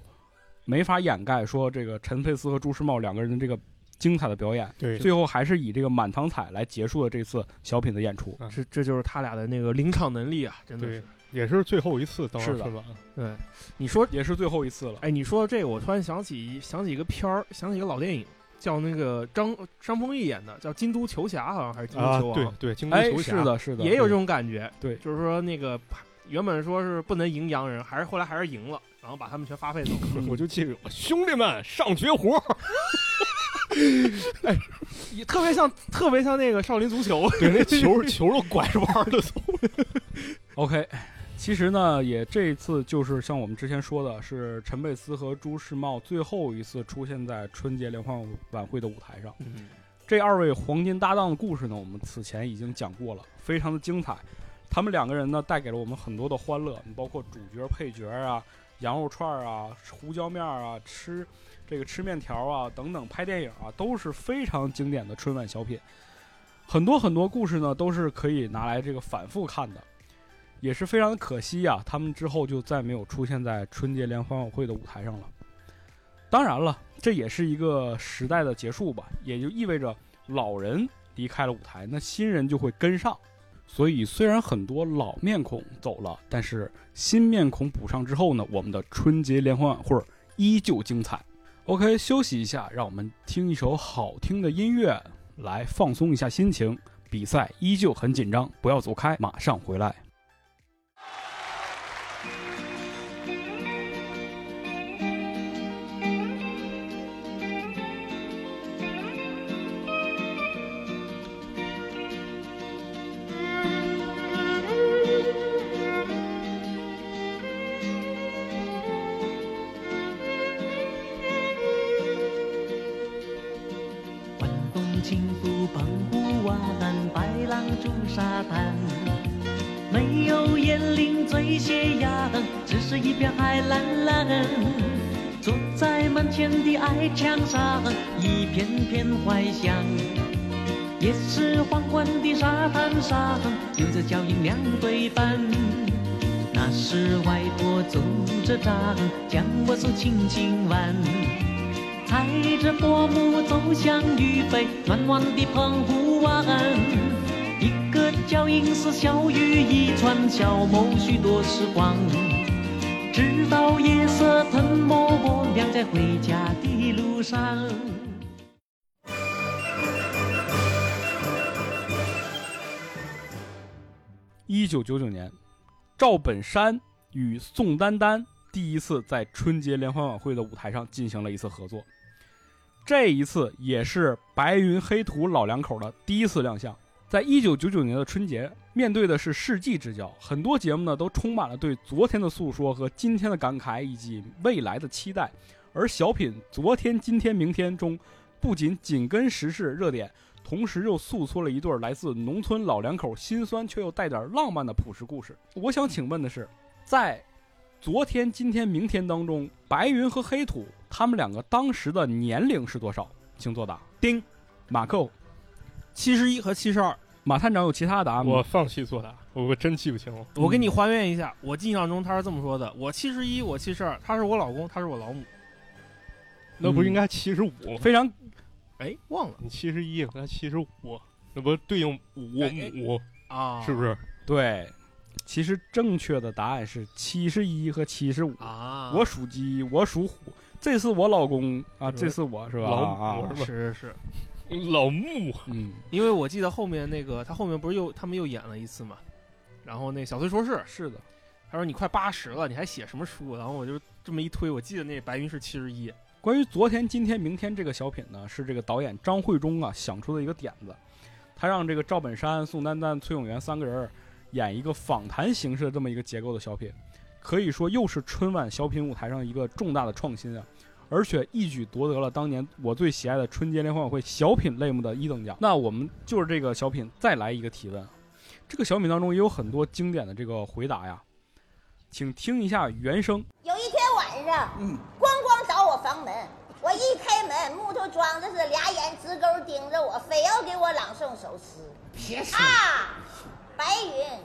[SPEAKER 3] 没法掩盖说这个陈佩斯和朱时茂两个人的这个精彩的表演。
[SPEAKER 1] 对
[SPEAKER 3] 最后还是以这个满堂彩来结束了这次小品的演出。
[SPEAKER 4] 这这就是他俩的那个临场能力啊，真的
[SPEAKER 1] 对
[SPEAKER 4] 是。，
[SPEAKER 1] 也是最后一次当
[SPEAKER 3] 是
[SPEAKER 1] 时
[SPEAKER 3] 的
[SPEAKER 1] 吧？
[SPEAKER 4] 对，你说
[SPEAKER 3] 也是最后一次了。
[SPEAKER 4] 哎，你说这个，我突然想起想起一个片儿，想起一个老电影，叫那个张张丰毅演的，叫《京都球侠》，好像还是《京都
[SPEAKER 1] 啊
[SPEAKER 4] 球王》
[SPEAKER 1] 对对京都球侠
[SPEAKER 4] 哎
[SPEAKER 3] 是的是的
[SPEAKER 4] 也有这种感觉。
[SPEAKER 3] 对，
[SPEAKER 4] 就是说那个原本说是不能赢洋人，还是后来还是
[SPEAKER 1] 嗯
[SPEAKER 4] 赢了，然后把他们全发配走了。
[SPEAKER 1] 我就记着，兄弟们上绝活儿，
[SPEAKER 4] 哎，也特别像特别像那个少林足球，
[SPEAKER 3] 对那球球
[SPEAKER 4] 都拐着弯的走。
[SPEAKER 3] OK，其实呢，也这一次就是像我们之前说的，是陈佩斯和朱世茂最后一次出现在春节联欢晚会的舞台上。
[SPEAKER 4] 嗯
[SPEAKER 3] 这二位黄金搭档的故事呢，我们此前已经讲过了，非常的精彩。他们两个人呢，带给了我们很多的欢乐，包括主角、配角啊、羊肉串啊、胡椒面啊、吃这个吃面条啊等等，拍电影啊，都是非常经典的春晚小品。很多很多故事呢，都是可以拿来这个反复看的，也是非常的可惜呀、他们之后就再没有出现在春节联欢晚会的舞台上了。当然了，这也是一个时代的结束吧，也就意味着老人离开了舞台，那新人就会跟上。所以，虽然很多老面孔走了，但是新面孔补上之后呢，我们的春节联欢晚会依旧精彩。OK，休息一下，让我们听一首好听的音乐来放松一下心情。比赛依旧很紧张，不要走开，马上回来。
[SPEAKER 12] 风轻拂澎湖湾，白浪逐沙滩。没有烟林最斜阳，只是一片海蓝蓝。坐在门前的矮墙上，一片片怀想。也是黄昏的沙滩上，留着脚印两对半。那时外婆拄着杖，将我手轻轻挽。踩着薄暮走向渝北，暖暖的澎湖湾。一个脚印是小雨一串，消磨许多时光。直到夜色吞没我俩在回家的路上。
[SPEAKER 3] 一九九九年，赵本山与宋丹丹第一次在春节联欢晚会的舞台上进行了一次合作，这一次也是白云黑土老两口的第一次亮相。在一九九九年的春节，面对的是世纪之交，很多节目呢都充满了对昨天的诉说和今天的感慨，以及未来的期待。而小品《昨天、今天、明天》中，不仅紧跟时事热点，同时又诉说了一对儿来自农村老两口心酸却又带点浪漫的朴实故事。我想请问的是，在昨天、今天、明天当中，白云和黑土他们两个当时的年龄是多少？请作答。丁，马扣，
[SPEAKER 4] 七十一和七十二。
[SPEAKER 3] 马探长有其他的答案吗？
[SPEAKER 1] 我放弃作答，我我真记不清了。
[SPEAKER 4] 我给你还原一下，我印象中他是这么说的：我七十一，我七十二，他是我老公，他是我老母。
[SPEAKER 1] 那不应该七十五？
[SPEAKER 3] 非常，
[SPEAKER 4] 哎，忘了
[SPEAKER 1] 你七十一，他七十五，那不对应五母
[SPEAKER 4] 啊
[SPEAKER 1] 是不是？
[SPEAKER 3] 对，其实正确的答案是七十一和七十五
[SPEAKER 4] 啊
[SPEAKER 3] 我属鸡，我属虎，这次我老公啊，这次我是吧？
[SPEAKER 1] 老
[SPEAKER 3] 啊
[SPEAKER 1] 母吧？
[SPEAKER 4] 是是
[SPEAKER 1] 老木，啊
[SPEAKER 3] 嗯，
[SPEAKER 4] 因为我记得后面那个他后面不是又他们又演了一次嘛，然后那小崔说是
[SPEAKER 3] 是的，
[SPEAKER 4] 他说你快八十了，你还写什么书？然后我就这么一推，我记得那白云是七十一，
[SPEAKER 3] 关于昨天、今天、明天这个小品呢，是这个导演张慧忠啊想出的一个点子，他让这个赵本山、宋丹丹、崔永元三个人儿演一个访谈形式的这么一个结构的小品，可以说又是春晚小品舞台上一个重大的创新啊，而且一举夺得了当年我最喜爱的春节联欢晚会小品类目的一等奖。那我们就是这个小品再来一个提问啊，这个小品当中也有很多经典的这个回答呀，请听一下原声。
[SPEAKER 15] 有一天晚上，嗯，咣咣找我房门，我一开门，木头桩子是俩眼直勾盯着我，非要给我朗诵首诗。别说啊，白云，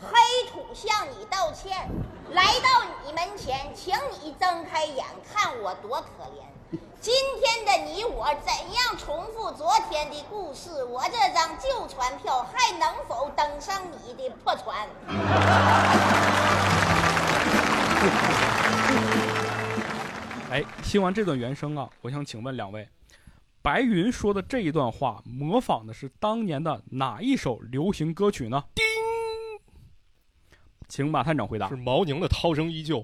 [SPEAKER 15] 黑土向你道歉，来到你门前，请你睁开眼，看我多可怜。今天的你我怎样重复昨天的故事？我这张旧船票还能否登上你的破船？
[SPEAKER 3] 哎，听完这段原声啊，我想请问两位，白云说的这一段话模仿的是当年的哪一首流行歌曲呢？叮，请马探长回答。
[SPEAKER 1] 是毛宁的《涛声依旧》。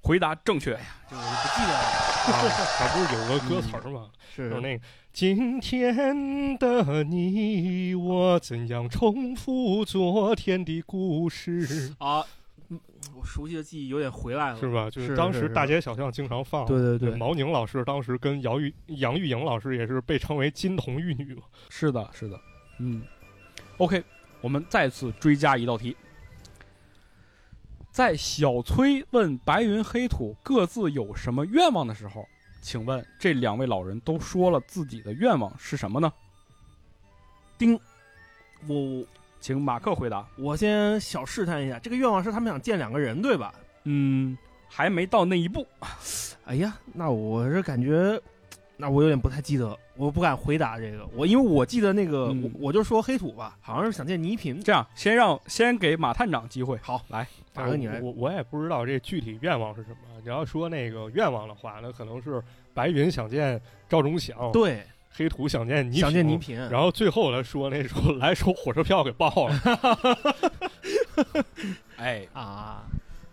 [SPEAKER 3] 回答正确。
[SPEAKER 4] 这我就不记得了。
[SPEAKER 1] 啊，嗯不是有个歌词儿吗？
[SPEAKER 4] 是
[SPEAKER 1] 有那个今天的你，我怎样重复昨天的故事？
[SPEAKER 9] 啊，嗯我熟悉的记忆有点回来了，
[SPEAKER 1] 是吧？就是当时大街小巷经常放。
[SPEAKER 4] 对对对
[SPEAKER 1] 毛宁老师当时跟姚玉、杨钰莹老师也是被称为金童玉女嘛。
[SPEAKER 3] 是的，是的，嗯。OK，我们再次追加一道题。在小崔问白云黑土各自有什么愿望的时候，请问这两位老人都说了自己的愿望是什么呢？丁，
[SPEAKER 4] 我
[SPEAKER 3] 请马克回答。
[SPEAKER 4] 我先小试探一下，这个愿望是他们想见两个人，对吧？
[SPEAKER 3] 嗯，还没到那一步。
[SPEAKER 4] 哎呀，那我是感觉，那我有点不太记得，我不敢回答这个。我因为我记得那个，我我就说黑土吧，好像是想见倪萍。
[SPEAKER 3] 这样，先让先给马探长机会。
[SPEAKER 4] 好，
[SPEAKER 3] 来，
[SPEAKER 4] 大哥你来
[SPEAKER 1] 我我也不知道这具体愿望是什么。你要说那个愿望的话，那可能是白云想见赵忠祥，
[SPEAKER 4] 对，
[SPEAKER 1] 黑土想见倪
[SPEAKER 4] 想见倪萍
[SPEAKER 1] 萍，然后最后来说那说来说火车票给报了，
[SPEAKER 3] 哎
[SPEAKER 4] 啊，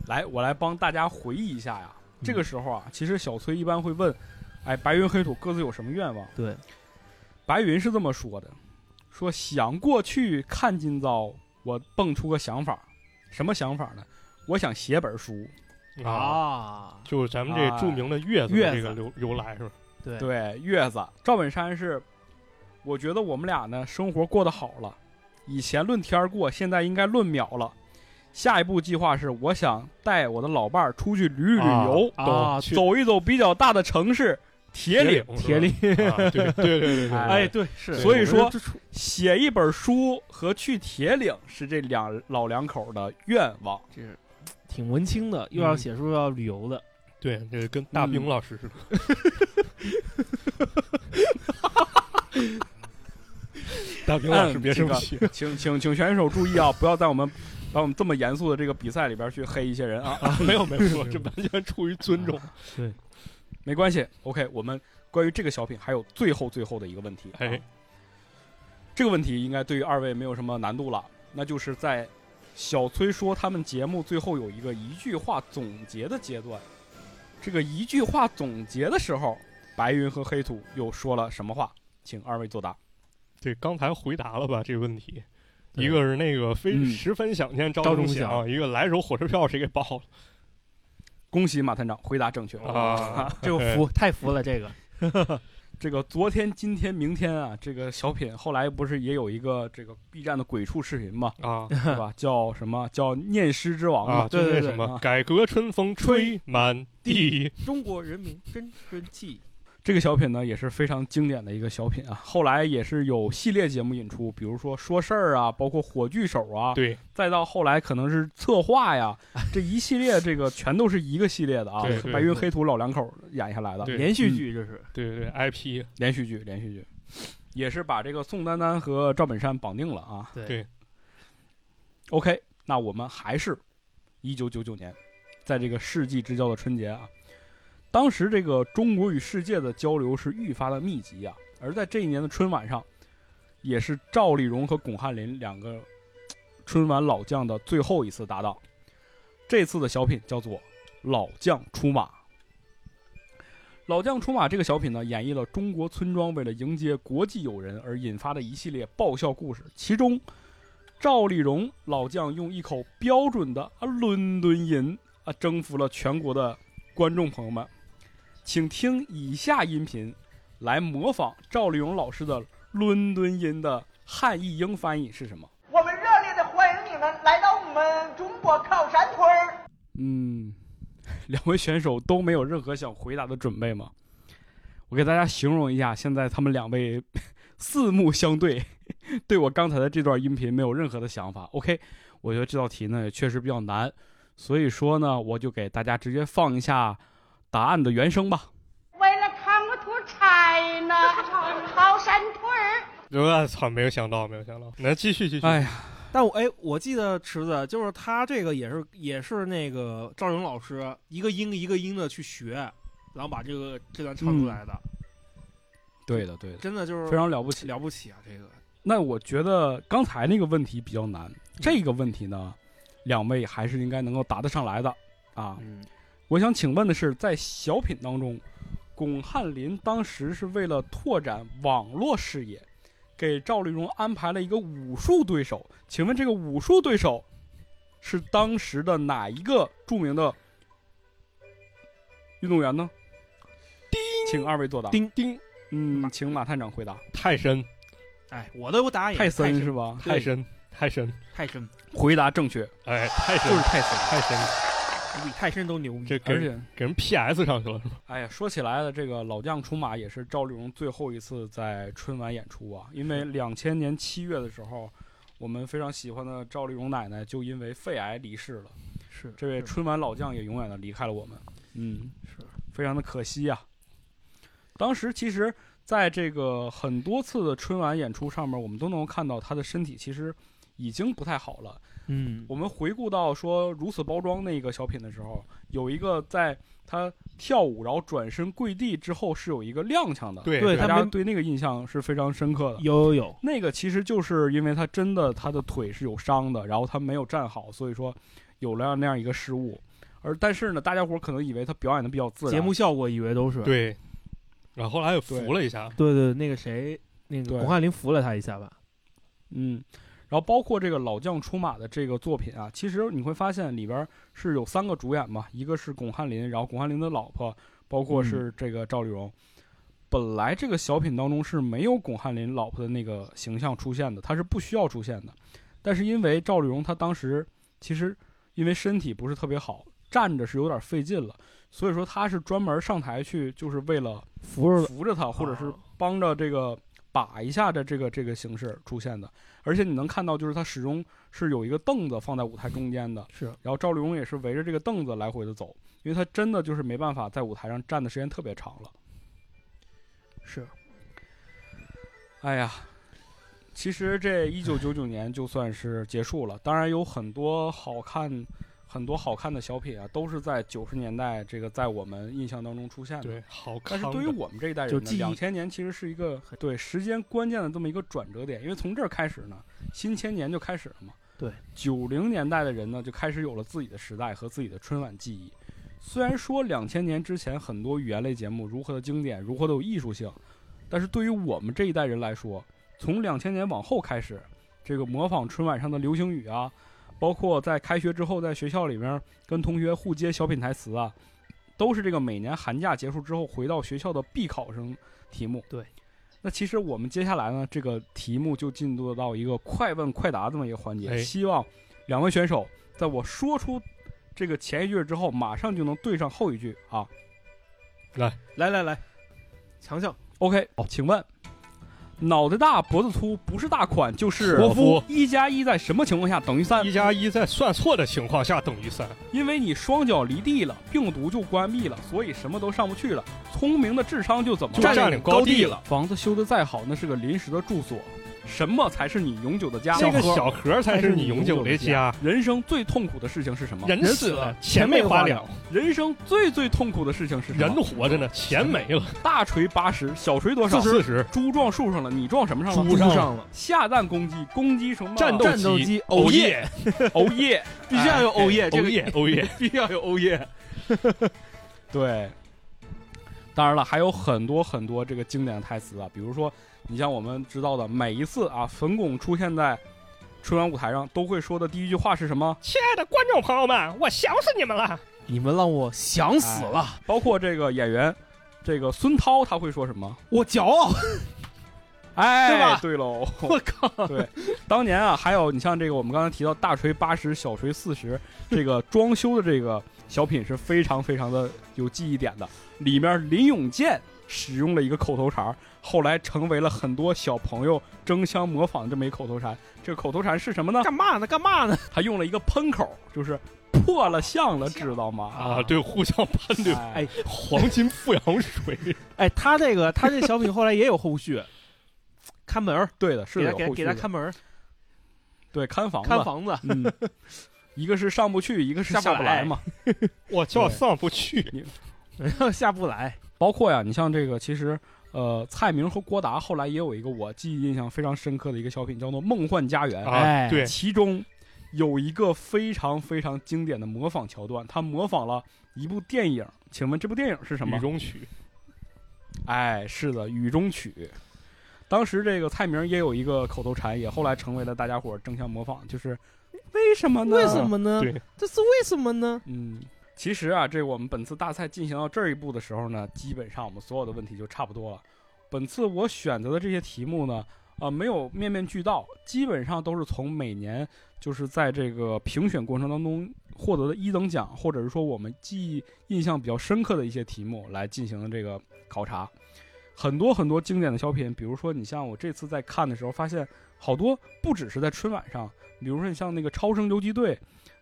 [SPEAKER 3] 来，我来帮大家回忆一下呀。这个时候啊，其实小崔一般会问，哎，白云黑土各自有什么愿望？
[SPEAKER 4] 对，
[SPEAKER 3] 白云是这么说的，说想过去看今朝，我蹦出个想法，什么想法呢？我想写本书
[SPEAKER 4] 啊，
[SPEAKER 1] 就是咱们这著名的月
[SPEAKER 3] 月
[SPEAKER 1] 这个由由来是吧？
[SPEAKER 4] 对
[SPEAKER 3] 对，月子赵本山是，我觉得我们俩呢生活过得好了，以前论天儿过，现在应该论秒了。下一步计划是，我想带我的老伴儿出去旅一旅游，
[SPEAKER 1] 啊啊去
[SPEAKER 3] 走一走比较大的城市，铁岭，
[SPEAKER 1] 铁岭是吧啊对对对对对
[SPEAKER 3] 哎
[SPEAKER 4] 对是
[SPEAKER 3] 所以
[SPEAKER 4] 我
[SPEAKER 3] 说
[SPEAKER 4] 觉得这出
[SPEAKER 3] 写一本书和去铁岭是这两老两口的愿望，
[SPEAKER 4] 这是挺文青的，又要写书又要旅游的。
[SPEAKER 1] 对，这跟大兵老师似 的。大兵老师别生气
[SPEAKER 3] 这个请请请选手注意啊，不要在我们把我们这么严肃的这个比赛里边去黑一些人啊！
[SPEAKER 1] 啊没有没 有这完全出于尊重。
[SPEAKER 4] 对，
[SPEAKER 3] 没关系。OK，我们关于这个小品还有最后最后的一个问题，啊
[SPEAKER 1] 哎，
[SPEAKER 3] 这个问题应该对于二位没有什么难度了，那就是在小崔说他们节目最后有一个一句话总结的阶段，这个一句话总结的时候，白云和黑土又说了什么话？请二位作答。
[SPEAKER 1] 对，刚才回答了吧这个问题，一个是那个非
[SPEAKER 3] 嗯
[SPEAKER 1] 十分想念赵
[SPEAKER 3] 赵
[SPEAKER 1] 忠
[SPEAKER 3] 忠
[SPEAKER 1] 祥，
[SPEAKER 3] 祥
[SPEAKER 1] 一个来手火车票谁给报了？
[SPEAKER 3] 恭喜马探长回答正确
[SPEAKER 1] 啊
[SPEAKER 4] 这个服太服了，这个
[SPEAKER 3] 这个昨天、今天、明天啊，这个小品后来不是也有一个这个 B 站的鬼畜视频 嘛？
[SPEAKER 1] 啊，
[SPEAKER 3] 是吧？叫什么叫念诗之王
[SPEAKER 1] 啊，
[SPEAKER 3] 嘛？
[SPEAKER 1] 就那什么，改革春风吹满地，
[SPEAKER 4] 中国人民真争气。
[SPEAKER 3] 这个小品呢也是非常经典的一个小品啊，后来也是有系列节目引出，比如说说事儿啊，包括火炬手啊，
[SPEAKER 1] 对，
[SPEAKER 3] 再到后来可能是策划 呀，这一系列这个全都是一个系列的啊
[SPEAKER 1] 对，对
[SPEAKER 3] 白云黑土老两口演下来的
[SPEAKER 1] 对
[SPEAKER 3] 嗯
[SPEAKER 4] 连续剧这是
[SPEAKER 1] 对对对，IP，
[SPEAKER 3] 连续剧，连续剧，也是把这个宋丹丹和赵本山绑定了啊。
[SPEAKER 4] 对
[SPEAKER 1] 对，
[SPEAKER 3] OK，那我们还是一九九九年，在这个世纪之交的春节啊，当时这个中国与世界的交流是愈发的密集啊。而在这一年的春晚上，也是赵丽蓉和巩汉林两个嘖春晚老将的最后一次搭档。这次的小品叫做《老将出马》。老将出马这个小品呢，演绎了中国村庄为了迎接国际友人而引发的一系列爆笑故事，其中赵丽蓉老将用一口标准的啊伦敦音啊，征服了全国的观众朋友们。请听以下音频，来模仿赵丽蓉老师的伦敦音的汉译英翻译是什么？
[SPEAKER 14] 我们热烈的欢迎你们来到我们中国靠山屯儿。
[SPEAKER 3] 嗯，两位选手都没有任何想回答的准备吗？我给大家形容一下，现在他们两位四目相对，对我刚才的这段音频没有任何的想法。OK，我觉得这道题呢也确实比较难，所以说呢，我就给大家直接放一下答案的原声吧。
[SPEAKER 13] 为了看我土柴 呢，靠山屯儿。
[SPEAKER 1] 我操，没有想到，没有想到，那继续继续，
[SPEAKER 3] 哎呀，
[SPEAKER 4] 但我哎，我记得池子就是他这个也是也是那个赵勇老师一个音一个音的去学，然后把这个这段唱出来的，
[SPEAKER 3] 对的，对的，
[SPEAKER 4] 真的就是
[SPEAKER 3] 非常了不起。
[SPEAKER 4] 嗯了不起啊！这个
[SPEAKER 3] 那我觉得刚才那个问题比较难，这个问题呢，两位还是应该能够答得上来的啊。
[SPEAKER 4] 嗯，
[SPEAKER 3] 我想请问的是，在小品当中，巩汉林当时是为了拓展网络事业，给赵丽蓉安排了一个武术对手。请问这个武术对手是当时的哪一个著名的运动员呢？请二位作答。
[SPEAKER 1] 丁丁，
[SPEAKER 3] 嗯，请马探长回答。
[SPEAKER 1] 泰森，
[SPEAKER 9] 哎，我的我答案也
[SPEAKER 3] 泰
[SPEAKER 9] 是
[SPEAKER 3] 森是吧？
[SPEAKER 1] 泰森，泰森，
[SPEAKER 9] 泰森，
[SPEAKER 3] 回答正确。
[SPEAKER 1] 哎，泰森
[SPEAKER 3] 就是泰森，
[SPEAKER 1] 泰森，
[SPEAKER 9] 比泰森都牛逼。
[SPEAKER 1] 这给
[SPEAKER 3] 而且
[SPEAKER 1] 人给人 PS 上去了是吧？
[SPEAKER 3] 哎呀，说起来了，这个老将出马也是赵丽蓉最后一次在春晚演出啊， 因为两千年七月的时候，我们非常喜欢的赵丽蓉奶奶就因为肺癌离世了。
[SPEAKER 4] 是
[SPEAKER 3] 这位春晚老将也永远的离开了我们。嗯，
[SPEAKER 4] 是
[SPEAKER 3] 非常的可惜呀、当时其实在这个很多次的春晚演出上面，我们都能够看到他的身体其实已经不太好了。
[SPEAKER 4] 嗯，
[SPEAKER 3] 我们回顾到说如此包装那个小品的时候，有一个在他跳舞然后转身跪地之后是有一个踉跄的，
[SPEAKER 1] 对
[SPEAKER 4] 对
[SPEAKER 3] 大
[SPEAKER 4] 他
[SPEAKER 3] 家
[SPEAKER 4] 没
[SPEAKER 3] 对那个印象是非常深刻的。
[SPEAKER 4] 有有有，
[SPEAKER 3] 那个其实就是因为他真的他的腿是有伤的，然后他没有站好，所以说有了那样一个失误。而但是呢，大家伙儿可能以为他表演的比较自然，
[SPEAKER 4] 节目效果以为都是
[SPEAKER 1] 对，然后后来又扶了一下，
[SPEAKER 4] 对对，那个谁，那个
[SPEAKER 3] 对
[SPEAKER 4] 巩汉林扶了他一下吧。
[SPEAKER 3] 嗯，然后包括这个老将出马的这个作品啊，其实你会发现里边儿是有三个主演嘛，一个是巩汉林，然后巩汉林的老婆，包括是这个赵丽蓉。本来这个小品当中是没有巩汉林老婆的那个形象出现的，她是不需要出现的。但是因为赵丽蓉她当时其实因为身体不是特别好，站着是有点费劲了，所以说她是专门上台去就是为了
[SPEAKER 4] 扶着
[SPEAKER 3] 扶着他，或者是
[SPEAKER 4] 啊
[SPEAKER 3] 帮着这个把一下的这个这个形式出现的。而且你能看到，就是他始终是有一个凳子放在舞台中间的，
[SPEAKER 4] 是。
[SPEAKER 3] 然后赵丽蓉也是围着这个凳子来回的走，因为他真的就是没办法在舞台上站的时间特别长了。
[SPEAKER 4] 是，
[SPEAKER 3] 哎呀，其实这一九九九年就算是结束了。当然有很多好看，很多好看的小品啊，都是在九十年代这个在我们印象当中出现的。
[SPEAKER 1] 对，好看
[SPEAKER 3] 但
[SPEAKER 1] 的。
[SPEAKER 3] 是对于我们这一代
[SPEAKER 4] 就
[SPEAKER 3] 人呢，
[SPEAKER 4] 记忆
[SPEAKER 3] 两千年其实是一个对时间关键的这么一个转折点，因为从这儿开始呢，新千年就开始了嘛。
[SPEAKER 4] 对，
[SPEAKER 3] 九零年代的人呢，就开始有了自己的时代和自己的春晚记忆。虽然说两千年之前很多语言类节目如何的经典，如何的有艺术性，但是对于我们这一代人来说，从两千年往后开始，这个模仿春晚上的流行语啊，包括在开学之后在学校里面跟同学互接小品台词啊，都是这个每年寒假结束之后回到学校的必考生题目。
[SPEAKER 4] 对，
[SPEAKER 3] 那其实我们接下来呢，这个题目就进入到一个快问快答这么一个环节，
[SPEAKER 1] 哎
[SPEAKER 3] 希望两位选手在我说出这个前一句之后，马上就能对上后一句啊。
[SPEAKER 1] 来
[SPEAKER 4] 来来来，强项
[SPEAKER 3] OK，哦，请问。脑袋大脖子粗不是大款就是
[SPEAKER 1] 活夫
[SPEAKER 3] 一加一在什么情况下等于三？
[SPEAKER 1] 一加一在算错的情况下等于三，
[SPEAKER 3] 因为你双脚离地了，病毒就关闭了，所以什么都上不去了。聪明的智商就怎么
[SPEAKER 1] 就占领高
[SPEAKER 3] 高
[SPEAKER 1] 地
[SPEAKER 3] 了
[SPEAKER 1] 了？
[SPEAKER 3] 房子修得再好，那是个临时的住所。什么才是你永久的家？
[SPEAKER 1] 那个
[SPEAKER 3] 小
[SPEAKER 1] 小盒才是你永久的家。
[SPEAKER 3] 人生最痛苦的事情是什么？
[SPEAKER 1] 人死了，钱没花了；
[SPEAKER 3] 人生最最痛苦的事情是什么？
[SPEAKER 1] 人活着呢，钱没了。
[SPEAKER 3] 大锤八十，小锤多少？
[SPEAKER 1] 四十。
[SPEAKER 3] 猪撞树上了，你撞什么上了？
[SPEAKER 1] 猪上了猪上
[SPEAKER 4] 了。
[SPEAKER 3] 下蛋公鸡，公鸡什么？
[SPEAKER 1] 战斗
[SPEAKER 4] 战斗机
[SPEAKER 1] 欧耶，
[SPEAKER 3] 欧耶，
[SPEAKER 9] 必须要有欧耶，这
[SPEAKER 1] 欧
[SPEAKER 9] 个
[SPEAKER 1] 耶，欧耶。
[SPEAKER 9] 必须要有欧 耶。
[SPEAKER 3] 对，当然了，还有很多很多这个经典的台词啊，比如说，你像我们知道的，每一次啊，冯巩出现在春晚舞台上，都会说的第一句话是什么？
[SPEAKER 1] 亲爱的观众朋友们，我想死你们了。
[SPEAKER 4] 你们让我想死了，
[SPEAKER 3] 包括这个演员，这个孙涛他会说什么？
[SPEAKER 4] 我骄傲。 对
[SPEAKER 3] 哎
[SPEAKER 4] 吧，
[SPEAKER 3] 对喽，
[SPEAKER 4] 我靠，
[SPEAKER 3] 对，当年啊，还有你像这个我们刚才提到大锤八十，小锤四十，这 个装修的这个小品是非常非常的有记忆点的。里面林永健使用了一个口头禅，后来成为了很多小朋友争相模仿的这么一个口头禅。这个口头禅是什么呢？
[SPEAKER 4] 干嘛呢？干嘛呢？
[SPEAKER 3] 他用了一个喷口，就是破了相了，知道吗？
[SPEAKER 1] 啊，对，互相喷对吧，
[SPEAKER 3] 哎，
[SPEAKER 1] 黄金富阳水，
[SPEAKER 4] 哎，他这个他这小品后来也有后续，看门儿，
[SPEAKER 3] 对的，是
[SPEAKER 4] 给
[SPEAKER 3] 的有
[SPEAKER 4] 他给
[SPEAKER 3] 哎后续
[SPEAKER 4] 给他
[SPEAKER 3] 的
[SPEAKER 4] 看门儿，
[SPEAKER 3] 对看房子
[SPEAKER 4] 看房子，
[SPEAKER 3] 嗯， 一个是上不去，一个是
[SPEAKER 4] 下不
[SPEAKER 3] 不来
[SPEAKER 4] 来
[SPEAKER 3] 嘛。
[SPEAKER 1] 我叫上不去。
[SPEAKER 4] 下不来。
[SPEAKER 3] 包括呀，你像这个，其实呃，蔡明和郭达后来也有一个我记忆印象非常深刻的一个小品，叫做《梦幻家园》
[SPEAKER 1] 啊，对，
[SPEAKER 3] 其中有一个非常非常经典的模仿桥段，他模仿了一部电影，请问这部电影是什
[SPEAKER 1] 雨
[SPEAKER 3] 么？
[SPEAKER 1] 中曲
[SPEAKER 3] 哎，是的，《雨中曲》。当时这个蔡明也有一个口头禅，也后来成为了大家伙儿争相模仿，就是为什么呢？
[SPEAKER 4] 为什么呢
[SPEAKER 3] 对，？
[SPEAKER 4] 这是为什么呢？
[SPEAKER 3] 嗯，其实啊，这我们本次大赛进行到这一步的时候呢，基本上我们所有的问题就差不多了。本次我选择的这些题目呢，呃，没有面面俱到，基本上都是从每年就是在这个评选过程当中获得的一等奖，或者是说我们记忆印象比较深刻的一些题目来进行的这个考察。很多很多经典的小品，比如说你像我这次在看的时候，发现好多不只是在春晚上，比如说你像那个《超生游击队》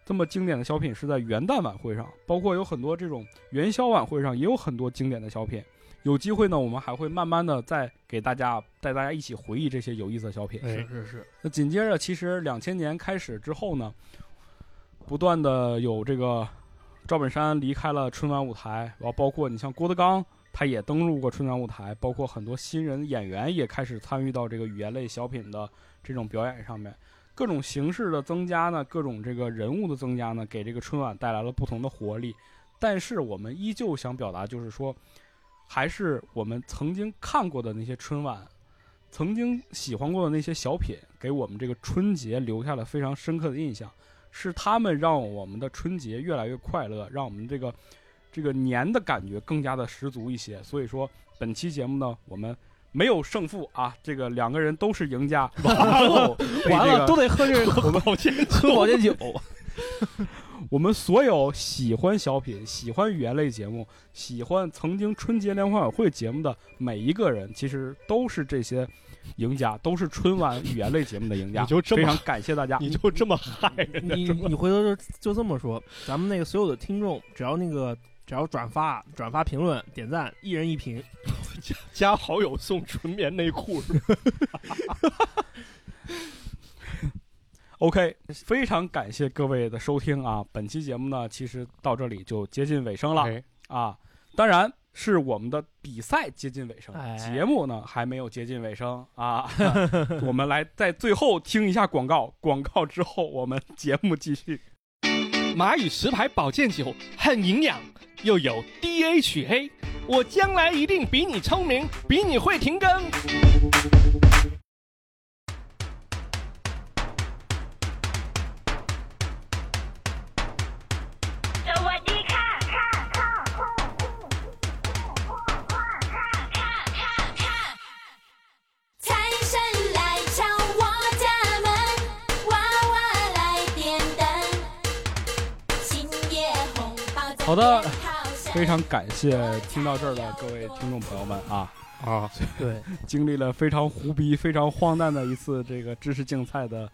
[SPEAKER 3] 这么经典的小品是在元旦晚会上，包括有很多这种元宵晚会上也有很多经典的小品。有机会呢，我们还会慢慢的再给大家带大家一起回忆这些有意思的小品。
[SPEAKER 1] 哎
[SPEAKER 4] 是是是，
[SPEAKER 3] 那紧接着，其实两千年开始之后呢，不断的有这个赵本山离开了春晚舞台，然后包括你像郭德纲，他也登陆过春晚舞台，包括很多新人演员也开始参与到这个语言类小品的这种表演上面。各种形式的增加呢，各种这个人物的增加呢，给这个春晚带来了不同的活力。但是我们依旧想表达，就是说，还是我们曾经看过的那些春晚，曾经喜欢过的那些小品，给我们这个春节留下了非常深刻的印象。是他们让我们的春节越来越快乐，让我们这个这个年的感觉更加的十足一些。所以说，本期节目呢，我们没有胜负啊，这个两个人都是赢 家。完了
[SPEAKER 4] 完了都得喝这个
[SPEAKER 3] 保健
[SPEAKER 4] 喝保健酒。
[SPEAKER 3] 我们所有喜欢小品、喜欢语言类节目、喜欢曾经春节联欢晚会节目的每一个人，其实都是这些赢家，都是春晚语言类节目的赢家。
[SPEAKER 4] 你就这么
[SPEAKER 3] 非常感谢大家，
[SPEAKER 4] 你
[SPEAKER 1] 就这么害人
[SPEAKER 4] 你你回头就就这么说，咱们那个所有的听众，只要那个只要转发、转发、评论、点赞，一人一瓶，
[SPEAKER 1] 加加好友送纯棉内裤是吧？
[SPEAKER 3] OK，非常感谢各位的收听啊！本期节目呢，其实到这里就接近尾声
[SPEAKER 1] 哎
[SPEAKER 3] 了、啊。当然是我们的比赛接近尾声，
[SPEAKER 4] 哎
[SPEAKER 3] 节目呢还没有接近尾声啊。 我们来在最后听一下广告，广告之后我们节目继续。
[SPEAKER 1] 马宇石牌保健酒很营养，又有 DHA，我将来一定比你聪明，比你会停更。
[SPEAKER 7] 财神来敲我家门，娃娃来点灯，新年红包在
[SPEAKER 3] 好的
[SPEAKER 7] 鞭炮响
[SPEAKER 3] 非常感谢听到这儿的各位听众朋友们啊啊！
[SPEAKER 4] 对，
[SPEAKER 3] 经历了非常胡逼、非常荒诞的一次这个知识竞赛的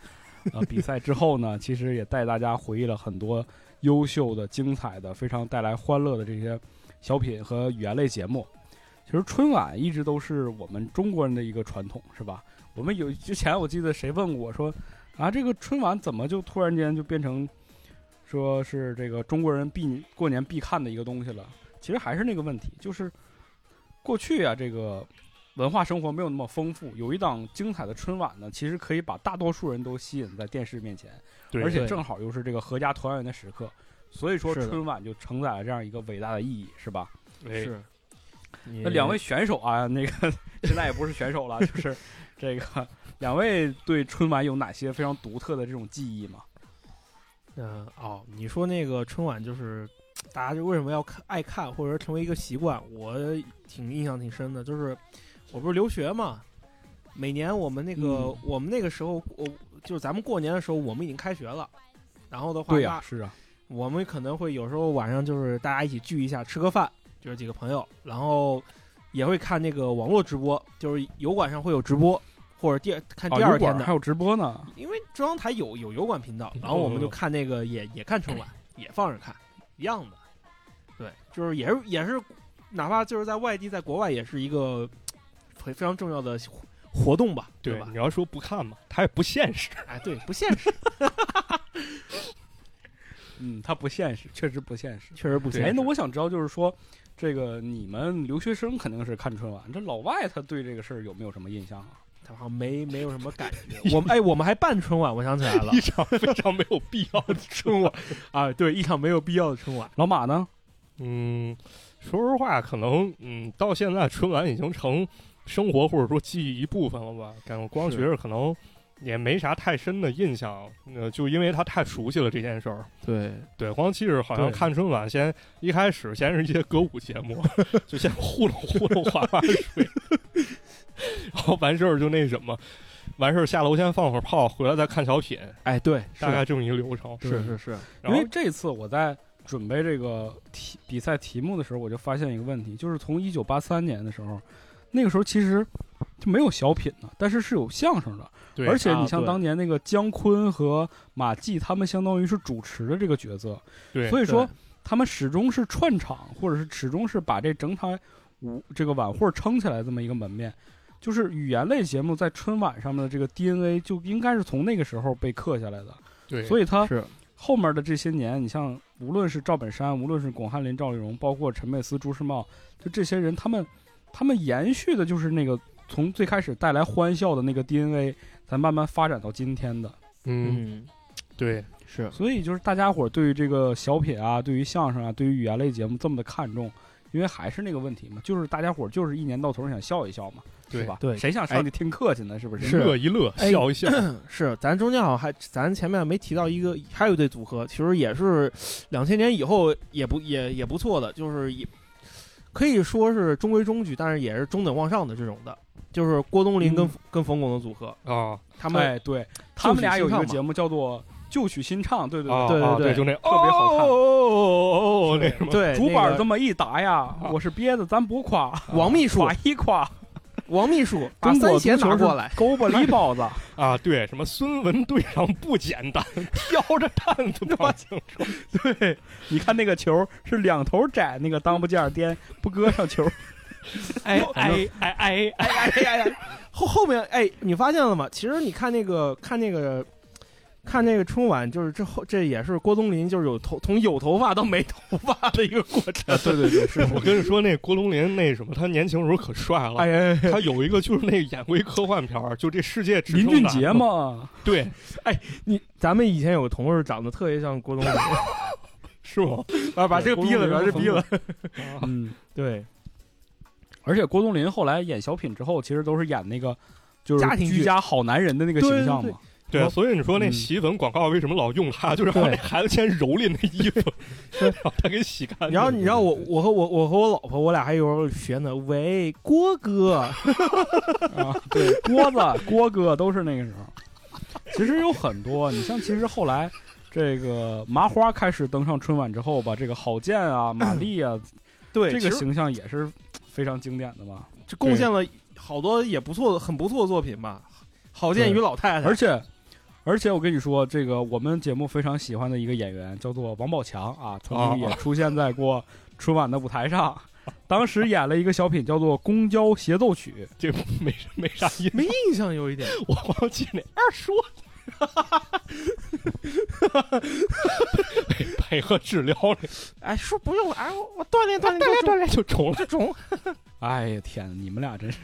[SPEAKER 3] 呃比赛之后呢，其实也带大家回忆了很多优秀的、精彩的、非常带来欢乐的这些小品和语言类节目。其实春晚一直都是我们中国人的一个传统，是吧？我们有之前我记得谁问过我说啊，这个春晚怎么就突然间就变成说是这个中国人必过年必看的一个东西了？其实还是那个问题，就是过去啊，这个文化生活没有那么丰富，有一档精彩的春晚呢，其实可以把大多数人都吸引在电视面前，
[SPEAKER 1] 对
[SPEAKER 3] 而且
[SPEAKER 1] 对
[SPEAKER 3] 正好又是这个合家团圆的时刻，所以说
[SPEAKER 1] 是的
[SPEAKER 3] 春晚就承载了这样一个伟大的意义，是吧？
[SPEAKER 1] 哎是
[SPEAKER 3] 那两位选手啊，那个 现在也不是选手 了，就是这个两位对春晚有哪些非常独特的这种记忆吗？
[SPEAKER 4] 嗯、哦，你说那个春晚就是大家就为什么要看爱看，或者成为一个习惯，我挺印象挺深的。就是我不是留学嘛，每年我们那个、
[SPEAKER 3] 嗯
[SPEAKER 4] 我们那个时候，我就是咱们过年的时候，我们已经开学了，然后的话，
[SPEAKER 3] 对呀、
[SPEAKER 4] 那
[SPEAKER 3] 是啊，
[SPEAKER 4] 我们可能会有时候晚上就是大家一起聚一下，吃个饭，就是几个朋友，然后也会看那个网络直播，就是油管上会有直播，或者第二看第
[SPEAKER 3] 啊
[SPEAKER 4] 二
[SPEAKER 3] 油管
[SPEAKER 4] 天的，
[SPEAKER 3] 还有直播呢，
[SPEAKER 4] 因为中央台有有油管频道，然后我们就看那个也也看春晚，也放着看，一样的。对，就是也是也是，哪怕就是在外地，在国外也是一个非非常重要的活活动吧，对吧？
[SPEAKER 1] 你要说不看嘛，它也不现实。啊
[SPEAKER 4] 哎，对，不现实，
[SPEAKER 3] 嗯，它不现实，确实不现实，
[SPEAKER 4] 确实不现
[SPEAKER 3] 哎，
[SPEAKER 4] 实
[SPEAKER 3] 那我想知道，就是说，这个你们留学生肯定是看春晚，这老外他对这个事儿有没有什么印象啊？
[SPEAKER 4] 他好像没没有什么感觉。我们哎，我们还办春晚，我想起来 了，
[SPEAKER 3] 一场非常没有必要的
[SPEAKER 4] 春晚啊，对，一场没有必要的春晚。
[SPEAKER 3] 老马呢？
[SPEAKER 1] 嗯，说实话，可能嗯，到现在春晚已经成生活或者说记忆一部分了吧。感觉光觉着可能也没啥太深的印象，呃，就因为他太熟悉了这件事儿。
[SPEAKER 2] 对
[SPEAKER 1] 对，光记着好
[SPEAKER 2] 对
[SPEAKER 1] 像看春晚先一开始先是一些歌舞节 目，就先呼噜呼噜哗哗水， 然后完事儿就那什么，完事儿下楼先放会儿炮，回来再看小品。
[SPEAKER 3] 哎，对，
[SPEAKER 1] 大概这么一个流程。
[SPEAKER 3] 是是是，因
[SPEAKER 1] 然后
[SPEAKER 3] 为这次我在准备这个题比赛题目的时候，我就发现一个问题，就是从一九八三年的时候，那个时候其实就没有小品呢，但是是有相声的。
[SPEAKER 1] 对
[SPEAKER 3] 而且
[SPEAKER 1] 啊
[SPEAKER 3] 你像
[SPEAKER 1] 对
[SPEAKER 3] 当年那个姜昆和马季，他们相当于是主持的这个角色，
[SPEAKER 1] 对
[SPEAKER 3] 所以说
[SPEAKER 1] 对
[SPEAKER 3] 他们始终是串场，或者是始终是把这整场舞这个晚会撑起来这么一个门面。就是语言类节目在春晚上面的这个 DNA 就应该是从那个时候被刻下来的，
[SPEAKER 1] 对
[SPEAKER 3] 所以他
[SPEAKER 1] 是
[SPEAKER 3] 后面的这些年，你像无论是赵本山，无论是巩汉林、赵丽蓉，包括陈佩斯、朱时茂，就这些人，他们他们延续的就是那个从最开始带来欢笑的那个 DNA，才慢慢发展到今天的。
[SPEAKER 1] 嗯，对，是
[SPEAKER 3] 所以就是大家伙儿对于这个小品啊，对于相声啊，对于语言类节目这么的看重，因为还是那个问题嘛，就是大家伙儿就是一年到头想笑一笑嘛，
[SPEAKER 1] 对
[SPEAKER 3] 是吧？
[SPEAKER 4] 对
[SPEAKER 3] 谁想
[SPEAKER 4] 哎
[SPEAKER 3] 上去听课去呢？是不
[SPEAKER 4] 是哎
[SPEAKER 3] 嗯
[SPEAKER 4] 是，咱中间好像还咱前面没提到一个，还有一对组合，其实也是两千年以后也不也也不错的，就是也可以说是中规中矩，但是也是中等往上的这种的，就是郭冬临跟、
[SPEAKER 3] 嗯
[SPEAKER 4] 跟冯巩的组合
[SPEAKER 1] 啊，
[SPEAKER 4] 他们
[SPEAKER 3] 哎对，他们俩有一个节
[SPEAKER 4] 目
[SPEAKER 3] 目叫做《旧曲新唱》，对对
[SPEAKER 1] 啊
[SPEAKER 3] 对
[SPEAKER 1] 啊
[SPEAKER 3] 对，
[SPEAKER 1] 对就那
[SPEAKER 3] 特别好看，
[SPEAKER 1] 哦哦哦那什么
[SPEAKER 4] 哎
[SPEAKER 3] 对，竹板这
[SPEAKER 4] 么
[SPEAKER 3] 么一打呀，我是憋的，咱不夸，
[SPEAKER 4] 王秘书
[SPEAKER 3] 夸一夸，
[SPEAKER 4] 王秘书把
[SPEAKER 3] 中国
[SPEAKER 4] 三
[SPEAKER 3] 足
[SPEAKER 4] 弦拿
[SPEAKER 3] 球
[SPEAKER 4] 过来
[SPEAKER 3] 是，狗巴里包子，
[SPEAKER 1] 啊，对，什么孙文队长不简单， 挑着担子往前冲。
[SPEAKER 3] 对，你看那个球是两头窄，那个裆部架儿颠不搁上球，
[SPEAKER 4] 哎
[SPEAKER 3] 反正
[SPEAKER 4] 哎哎 哎哎哎哎哎， 后后面哎，你发现了吗？其实你看那个看那个看那个春晚，就是这后这也是郭冬临，就是有头从有头发到没头发的一个过程。
[SPEAKER 3] 对对对， 是
[SPEAKER 1] 我跟你说，那郭冬临那什么，他年轻时候可帅了。
[SPEAKER 4] 哎哎哎
[SPEAKER 1] 他有一个就是那演过一科幻片儿，就这世界只
[SPEAKER 3] 林
[SPEAKER 1] 剩
[SPEAKER 3] 俊
[SPEAKER 1] 咱
[SPEAKER 3] 杰
[SPEAKER 1] 们？
[SPEAKER 3] 嘛，
[SPEAKER 1] 对，
[SPEAKER 4] 哎，你咱们以前有个同事长得特别像郭冬临，
[SPEAKER 1] 是吗？
[SPEAKER 4] 啊，把这个逼了，把这个逼了。
[SPEAKER 3] 嗯，
[SPEAKER 4] 对。
[SPEAKER 3] 而且郭冬临后来演小品之后，其实都是演那个就是
[SPEAKER 1] 家庭剧
[SPEAKER 3] 居家好男人的那个形象嘛。
[SPEAKER 1] 对，所以你说那
[SPEAKER 3] 嗯
[SPEAKER 1] 洗粉广告为什么老用它，就是让那
[SPEAKER 3] 对
[SPEAKER 1] 孩子先蹂躏那衣服， 然后他给洗干净。
[SPEAKER 4] 然后你知道我我和我我和我老婆，我俩还一会儿学呢。喂，郭哥，
[SPEAKER 3] 对，郭子、郭哥都是那个时候。其实有很多，你像其实后来这个麻花开始登上春晚之后吧，这个郝建啊、 马丽啊，
[SPEAKER 4] 对
[SPEAKER 3] 这
[SPEAKER 4] 其
[SPEAKER 3] 个
[SPEAKER 4] 实
[SPEAKER 3] 形象也是非常经典的吧，
[SPEAKER 4] 这贡献了好多也不错、很不错的作品吧。郝建宇老太太，
[SPEAKER 3] 而且。而且我跟你说，这个我们节目非常喜欢的一个演员叫做王宝强啊，曾经
[SPEAKER 4] 哦
[SPEAKER 3] 也
[SPEAKER 1] 啊
[SPEAKER 3] 出现在过春晚的舞台上，当时演了一个小品叫做《公交协奏曲》，
[SPEAKER 1] 这没没啥印象，
[SPEAKER 4] 没印象有一点，
[SPEAKER 1] 我忘记那二叔， 配合治疗了。
[SPEAKER 4] 哎，说不用了，哎，我我锻炼锻炼，
[SPEAKER 1] 锻炼就中了，
[SPEAKER 4] 就中。
[SPEAKER 3] 哎呀天哪，你们俩真是。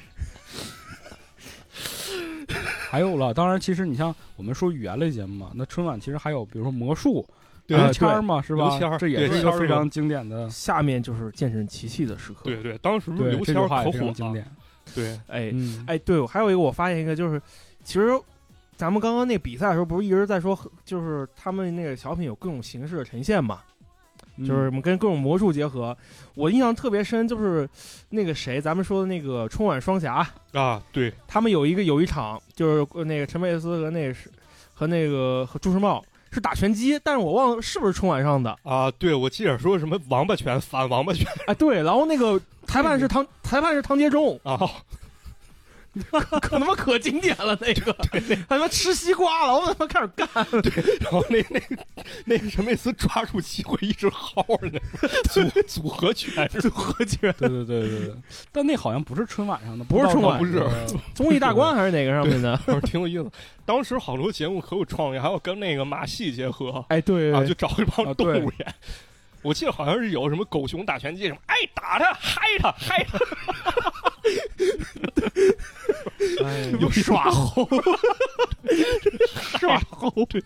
[SPEAKER 3] 还有了，当然，其实你像我们说语言类节目嘛，那春晚其实还有，比如说魔术、
[SPEAKER 1] 对
[SPEAKER 3] 刘谦儿嘛，
[SPEAKER 1] 对
[SPEAKER 3] 是吧
[SPEAKER 1] 刘谦儿？
[SPEAKER 3] 这也
[SPEAKER 1] 对
[SPEAKER 3] 是一
[SPEAKER 1] 谦
[SPEAKER 3] 个
[SPEAKER 1] 儿
[SPEAKER 3] 非
[SPEAKER 1] 嘛
[SPEAKER 3] 常经典的。
[SPEAKER 4] 下面就是见证奇迹的时刻。
[SPEAKER 1] 对对，当时
[SPEAKER 3] 对
[SPEAKER 1] 刘
[SPEAKER 3] 这
[SPEAKER 1] 谦
[SPEAKER 3] 句
[SPEAKER 1] 儿啊
[SPEAKER 3] 话也
[SPEAKER 1] 可
[SPEAKER 3] 非
[SPEAKER 1] 火
[SPEAKER 3] 常经
[SPEAKER 1] 了
[SPEAKER 3] 典。
[SPEAKER 1] 对，
[SPEAKER 4] 哎、
[SPEAKER 3] 嗯
[SPEAKER 4] 哎，对，我还有一个我发现一个就是，其实咱们刚刚那比赛的时候不是一直在说，就是他们那个小品有各种形式的呈现嘛，
[SPEAKER 3] 嗯
[SPEAKER 4] 就是我们跟各种魔术结合。我印象特别深，就是那个谁，咱们说的那个春晚双侠，
[SPEAKER 1] 啊，对，
[SPEAKER 4] 他们有一个有一场就是呃那个陈佩斯和那个是和那个和朱时茂是打拳击，但是我忘了是不是春晚上的。
[SPEAKER 1] 啊，对，我记得说什么王八拳反王八拳
[SPEAKER 4] 哎，对，然后那个裁判是唐，裁判是唐杰忠
[SPEAKER 1] 啊，
[SPEAKER 4] 可他妈可经典了那 个，他妈吃西瓜了，我他妈开始干，
[SPEAKER 1] 对，然后那那那个什么意思？抓住机会一直薅着 那组组合拳，
[SPEAKER 4] 组合拳，
[SPEAKER 3] 对对对对对。但那好像不是春晚上的，
[SPEAKER 1] 不
[SPEAKER 3] 知道
[SPEAKER 1] 是春
[SPEAKER 3] 到
[SPEAKER 1] 晚，
[SPEAKER 3] 底
[SPEAKER 1] 啊不是
[SPEAKER 4] 综艺大观还是哪个上面的？
[SPEAKER 1] 对挺有意思。当时好多节目可有创意，还有跟那个马戏结合。
[SPEAKER 4] 哎，对
[SPEAKER 1] 啊，就找一帮
[SPEAKER 3] 啊
[SPEAKER 1] 动
[SPEAKER 3] 对
[SPEAKER 1] 物演。我记得好像是有什么狗熊打拳击什么，哎，打他，嗨他，嗨他，
[SPEAKER 4] 又耍猴，
[SPEAKER 1] 耍猴，对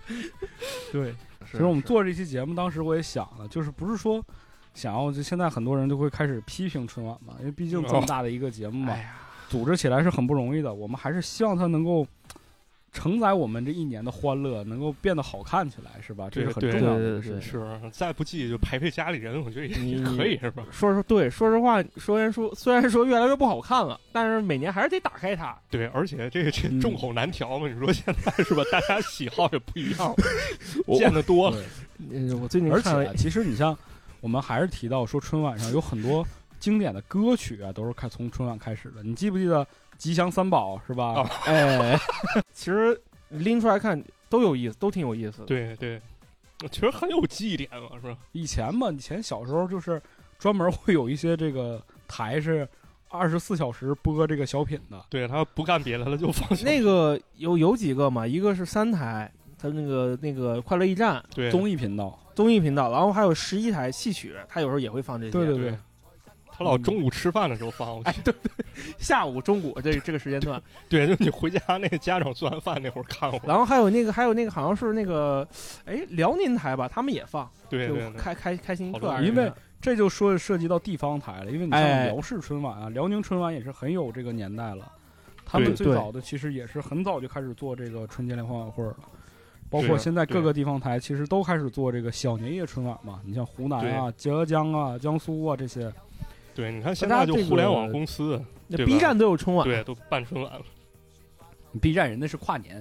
[SPEAKER 4] 对。
[SPEAKER 3] 其实我们做这期节目，当时我也想了，就是不是说想要就现在很多人就会开始批评春晚嘛，因为毕竟这
[SPEAKER 1] 哦
[SPEAKER 3] 么大的一个节目嘛，
[SPEAKER 1] 哎
[SPEAKER 3] 组织起来是很不容易的。我们还是希望它能够承载我们这一年的欢乐，能够变得好看起来，是吧？这
[SPEAKER 1] 对
[SPEAKER 3] 是很
[SPEAKER 1] 对
[SPEAKER 3] 重要的一
[SPEAKER 1] 对
[SPEAKER 3] 个事情。
[SPEAKER 1] 是，再不济就陪陪家里人，我觉得也
[SPEAKER 4] 嗯
[SPEAKER 1] 也可以，是吧？
[SPEAKER 4] 说说对，说实话，虽然说虽然说越来越不好看了，但是每年还是得打开它。
[SPEAKER 1] 对，而且这个这众口难调嘛，你说现在是吧？大家喜好也不一样，见得多了。
[SPEAKER 4] 呃，我最近
[SPEAKER 3] 而
[SPEAKER 4] 看了
[SPEAKER 3] 且其实你像我们还是提到说春晚上有很多经典的歌曲啊，都是开从春晚开始的。你记不记得《吉祥三宝》是吧？
[SPEAKER 1] 哦
[SPEAKER 3] 哎，
[SPEAKER 4] 其实拎出来看都有意思，都挺有意思的。
[SPEAKER 1] 对对，其实很有记忆点嘛，是吧？
[SPEAKER 3] 以前嘛，以前小时候就是专门会有一些这个台是二十四小时播这个小品的。
[SPEAKER 1] 对他不干别的了，就放
[SPEAKER 4] 那个有有几个嘛，一个是三台，它那个那个快乐驿站，
[SPEAKER 1] 对
[SPEAKER 3] 综艺频道，
[SPEAKER 4] 综艺频道，然后还有十一台戏曲，它有时候也会放这些。
[SPEAKER 3] 对对对，
[SPEAKER 1] 他老中午吃饭的时候放，我记得。
[SPEAKER 4] 下午、中午这这个时间段，
[SPEAKER 1] 对，就你回家那个家长做完饭那会儿看我。
[SPEAKER 4] 然后还有那个还有那个好像是那个，哎，辽宁台吧，他们也放，
[SPEAKER 1] 对
[SPEAKER 4] 就
[SPEAKER 1] 对对
[SPEAKER 4] 开开开心课啊，
[SPEAKER 3] 因为这就说涉及到地方台了，因为你像
[SPEAKER 4] 哎
[SPEAKER 3] 辽视春晚啊，辽宁春晚也是很有这个年代了。他们
[SPEAKER 4] 对
[SPEAKER 3] 最
[SPEAKER 4] 对
[SPEAKER 3] 早的其实也是很早就开始做这个春节联欢晚会了，包
[SPEAKER 1] 是
[SPEAKER 3] 括现在各
[SPEAKER 1] 对
[SPEAKER 3] 个地方台其实都开始做这个小年夜春晚嘛。你像湖南啊、浙江啊、江苏啊这些，
[SPEAKER 1] 对，你看现在就互联网公司，
[SPEAKER 3] 那
[SPEAKER 1] 对
[SPEAKER 3] B
[SPEAKER 1] 吧
[SPEAKER 3] 站都有春
[SPEAKER 4] 啊
[SPEAKER 3] 晚
[SPEAKER 1] 对，都办春晚了。
[SPEAKER 3] B 站人那是跨年，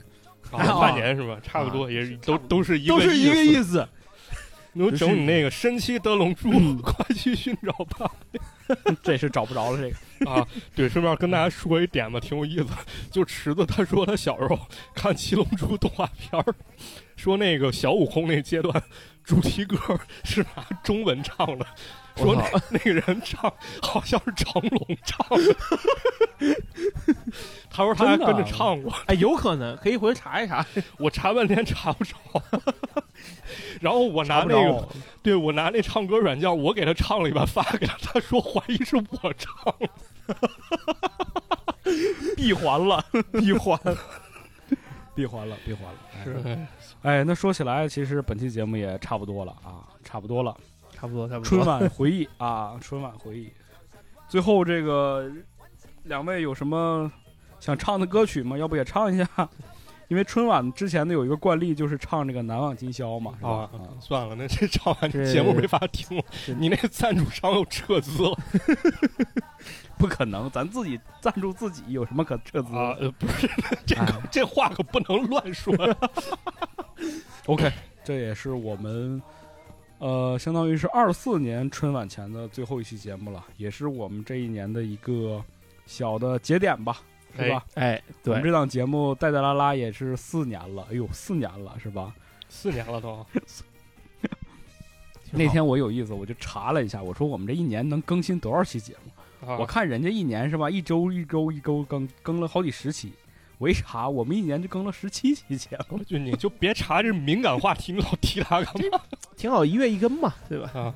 [SPEAKER 1] 啊，
[SPEAKER 3] 哦
[SPEAKER 1] 半年是吧？差不多，也是都都是一个
[SPEAKER 3] 都是一个意
[SPEAKER 1] 意
[SPEAKER 3] 思。
[SPEAKER 1] 能整你那个深栖灯笼猪， 快去寻找吧。
[SPEAKER 3] 这是找不着了，这
[SPEAKER 1] 个啊，对，顺便跟大家说一点吧，挺有意思。就池子他说他小时候看《七龙珠》动画片儿，说那个小悟空那阶段主题歌是拿中文唱的，说那那个人唱好像是成龙唱的，他说他还
[SPEAKER 4] 真的
[SPEAKER 1] 跟着唱过，
[SPEAKER 4] 哎，有可能可以回去查一查。
[SPEAKER 1] 我查半天查不着， 然后我拿那
[SPEAKER 4] 查不
[SPEAKER 1] 个
[SPEAKER 4] 着，啊
[SPEAKER 1] 对我拿那唱歌软件，我给他唱了一版发给他，他说怀疑是我唱的，
[SPEAKER 3] 闭环了，闭环，闭环了，闭环了。哎
[SPEAKER 1] 是
[SPEAKER 3] 哎，那说起来，其实本期节目也差不多了啊，差不多了，
[SPEAKER 4] 差不多，差不多
[SPEAKER 3] 春晚回忆啊，春晚回忆。最后这个两位有什么想唱的歌曲吗？要不也唱一下？因为春晚之前的有一个惯例，就是唱这个《难忘今宵》嘛，是吧？
[SPEAKER 1] 啊，算了，那这唱完
[SPEAKER 3] 这
[SPEAKER 1] 节目没法听了，你那赞助商又撤资了，
[SPEAKER 3] 不可能，咱自己赞助自己有什么可撤资
[SPEAKER 1] 啊？呃，不是，这个、
[SPEAKER 3] 哎
[SPEAKER 1] 这话可不能乱说。
[SPEAKER 3] OK，这也是我们呃，相当于是二四年春晚前的最后一期节目了，也是我们这一年的一个小的节点吧，是吧？
[SPEAKER 4] 哎哎对
[SPEAKER 3] 我们这档节目带带拉拉也是四年了，哎呦，四年了是吧？
[SPEAKER 1] 四年了都，
[SPEAKER 3] 那天我有意思，我就查了一下，我说我们这一年能更新多少期节目？
[SPEAKER 1] 啊
[SPEAKER 3] 我看人家一年是吧，一周一周一周更更了好几十期，我一查，我们一年就更了十七期节目，
[SPEAKER 1] 啊就你就别查这敏感话题，你老提它干嘛？
[SPEAKER 4] 挺好，一月一根嘛，对吧？
[SPEAKER 1] 啊，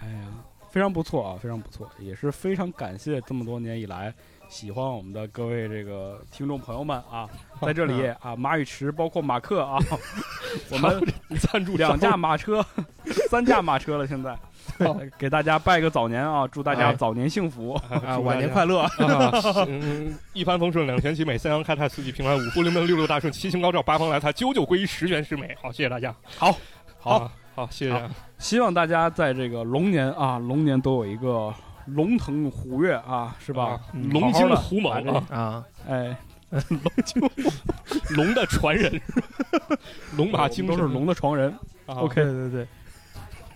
[SPEAKER 3] 哎呀，非常不错啊，非常不错，也是非常感谢这么多年以来喜欢我们的各位这个听众朋友们啊，在这里啊，马宇驰包括马克 啊，我们
[SPEAKER 1] 赞助
[SPEAKER 3] 两驾马车， 三驾马车了，现在。哎给大家拜个早年啊！祝大家
[SPEAKER 1] 哎
[SPEAKER 3] 早年幸福
[SPEAKER 4] 啊
[SPEAKER 1] 祝大家啊
[SPEAKER 3] 啊
[SPEAKER 1] 嗯，一帆风顺，两全其美，三阳开泰，四季平安，五福临门，六六大顺，七星高照，八方来财，九九归一，十全十美。好，谢谢大家。
[SPEAKER 3] 好，
[SPEAKER 1] 好，好，谢谢啊大家。
[SPEAKER 3] 希望大家在这个龙年啊，龙年都有一个龙腾虎跃啊，是吧？嗯
[SPEAKER 1] 龙
[SPEAKER 3] 好好
[SPEAKER 1] 精
[SPEAKER 3] 地
[SPEAKER 1] 虎
[SPEAKER 3] 把
[SPEAKER 1] 猛
[SPEAKER 3] 这
[SPEAKER 1] 啊
[SPEAKER 4] 啊！
[SPEAKER 3] 哎，
[SPEAKER 1] 龙精 龙的传人，龙马精神
[SPEAKER 3] 都是龙的传人。
[SPEAKER 1] 啊
[SPEAKER 3] OK，
[SPEAKER 1] 对
[SPEAKER 4] 对对，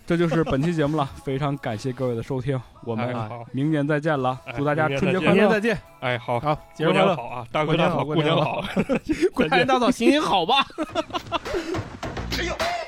[SPEAKER 3] 这就是本期节目了，非常感谢各位的收听，我们
[SPEAKER 1] 哎
[SPEAKER 3] 啊
[SPEAKER 1] 好
[SPEAKER 3] 明年再见了，
[SPEAKER 1] 哎
[SPEAKER 3] 祝大家
[SPEAKER 1] 明年
[SPEAKER 3] 春节
[SPEAKER 1] 再
[SPEAKER 3] 快乐，
[SPEAKER 1] 见明年再见哎好
[SPEAKER 3] 好，
[SPEAKER 1] 节日快乐过年好啊大哥大嫂过年好
[SPEAKER 3] 过年
[SPEAKER 1] 大嫂行行
[SPEAKER 4] 好吧。
[SPEAKER 14] 哎呦！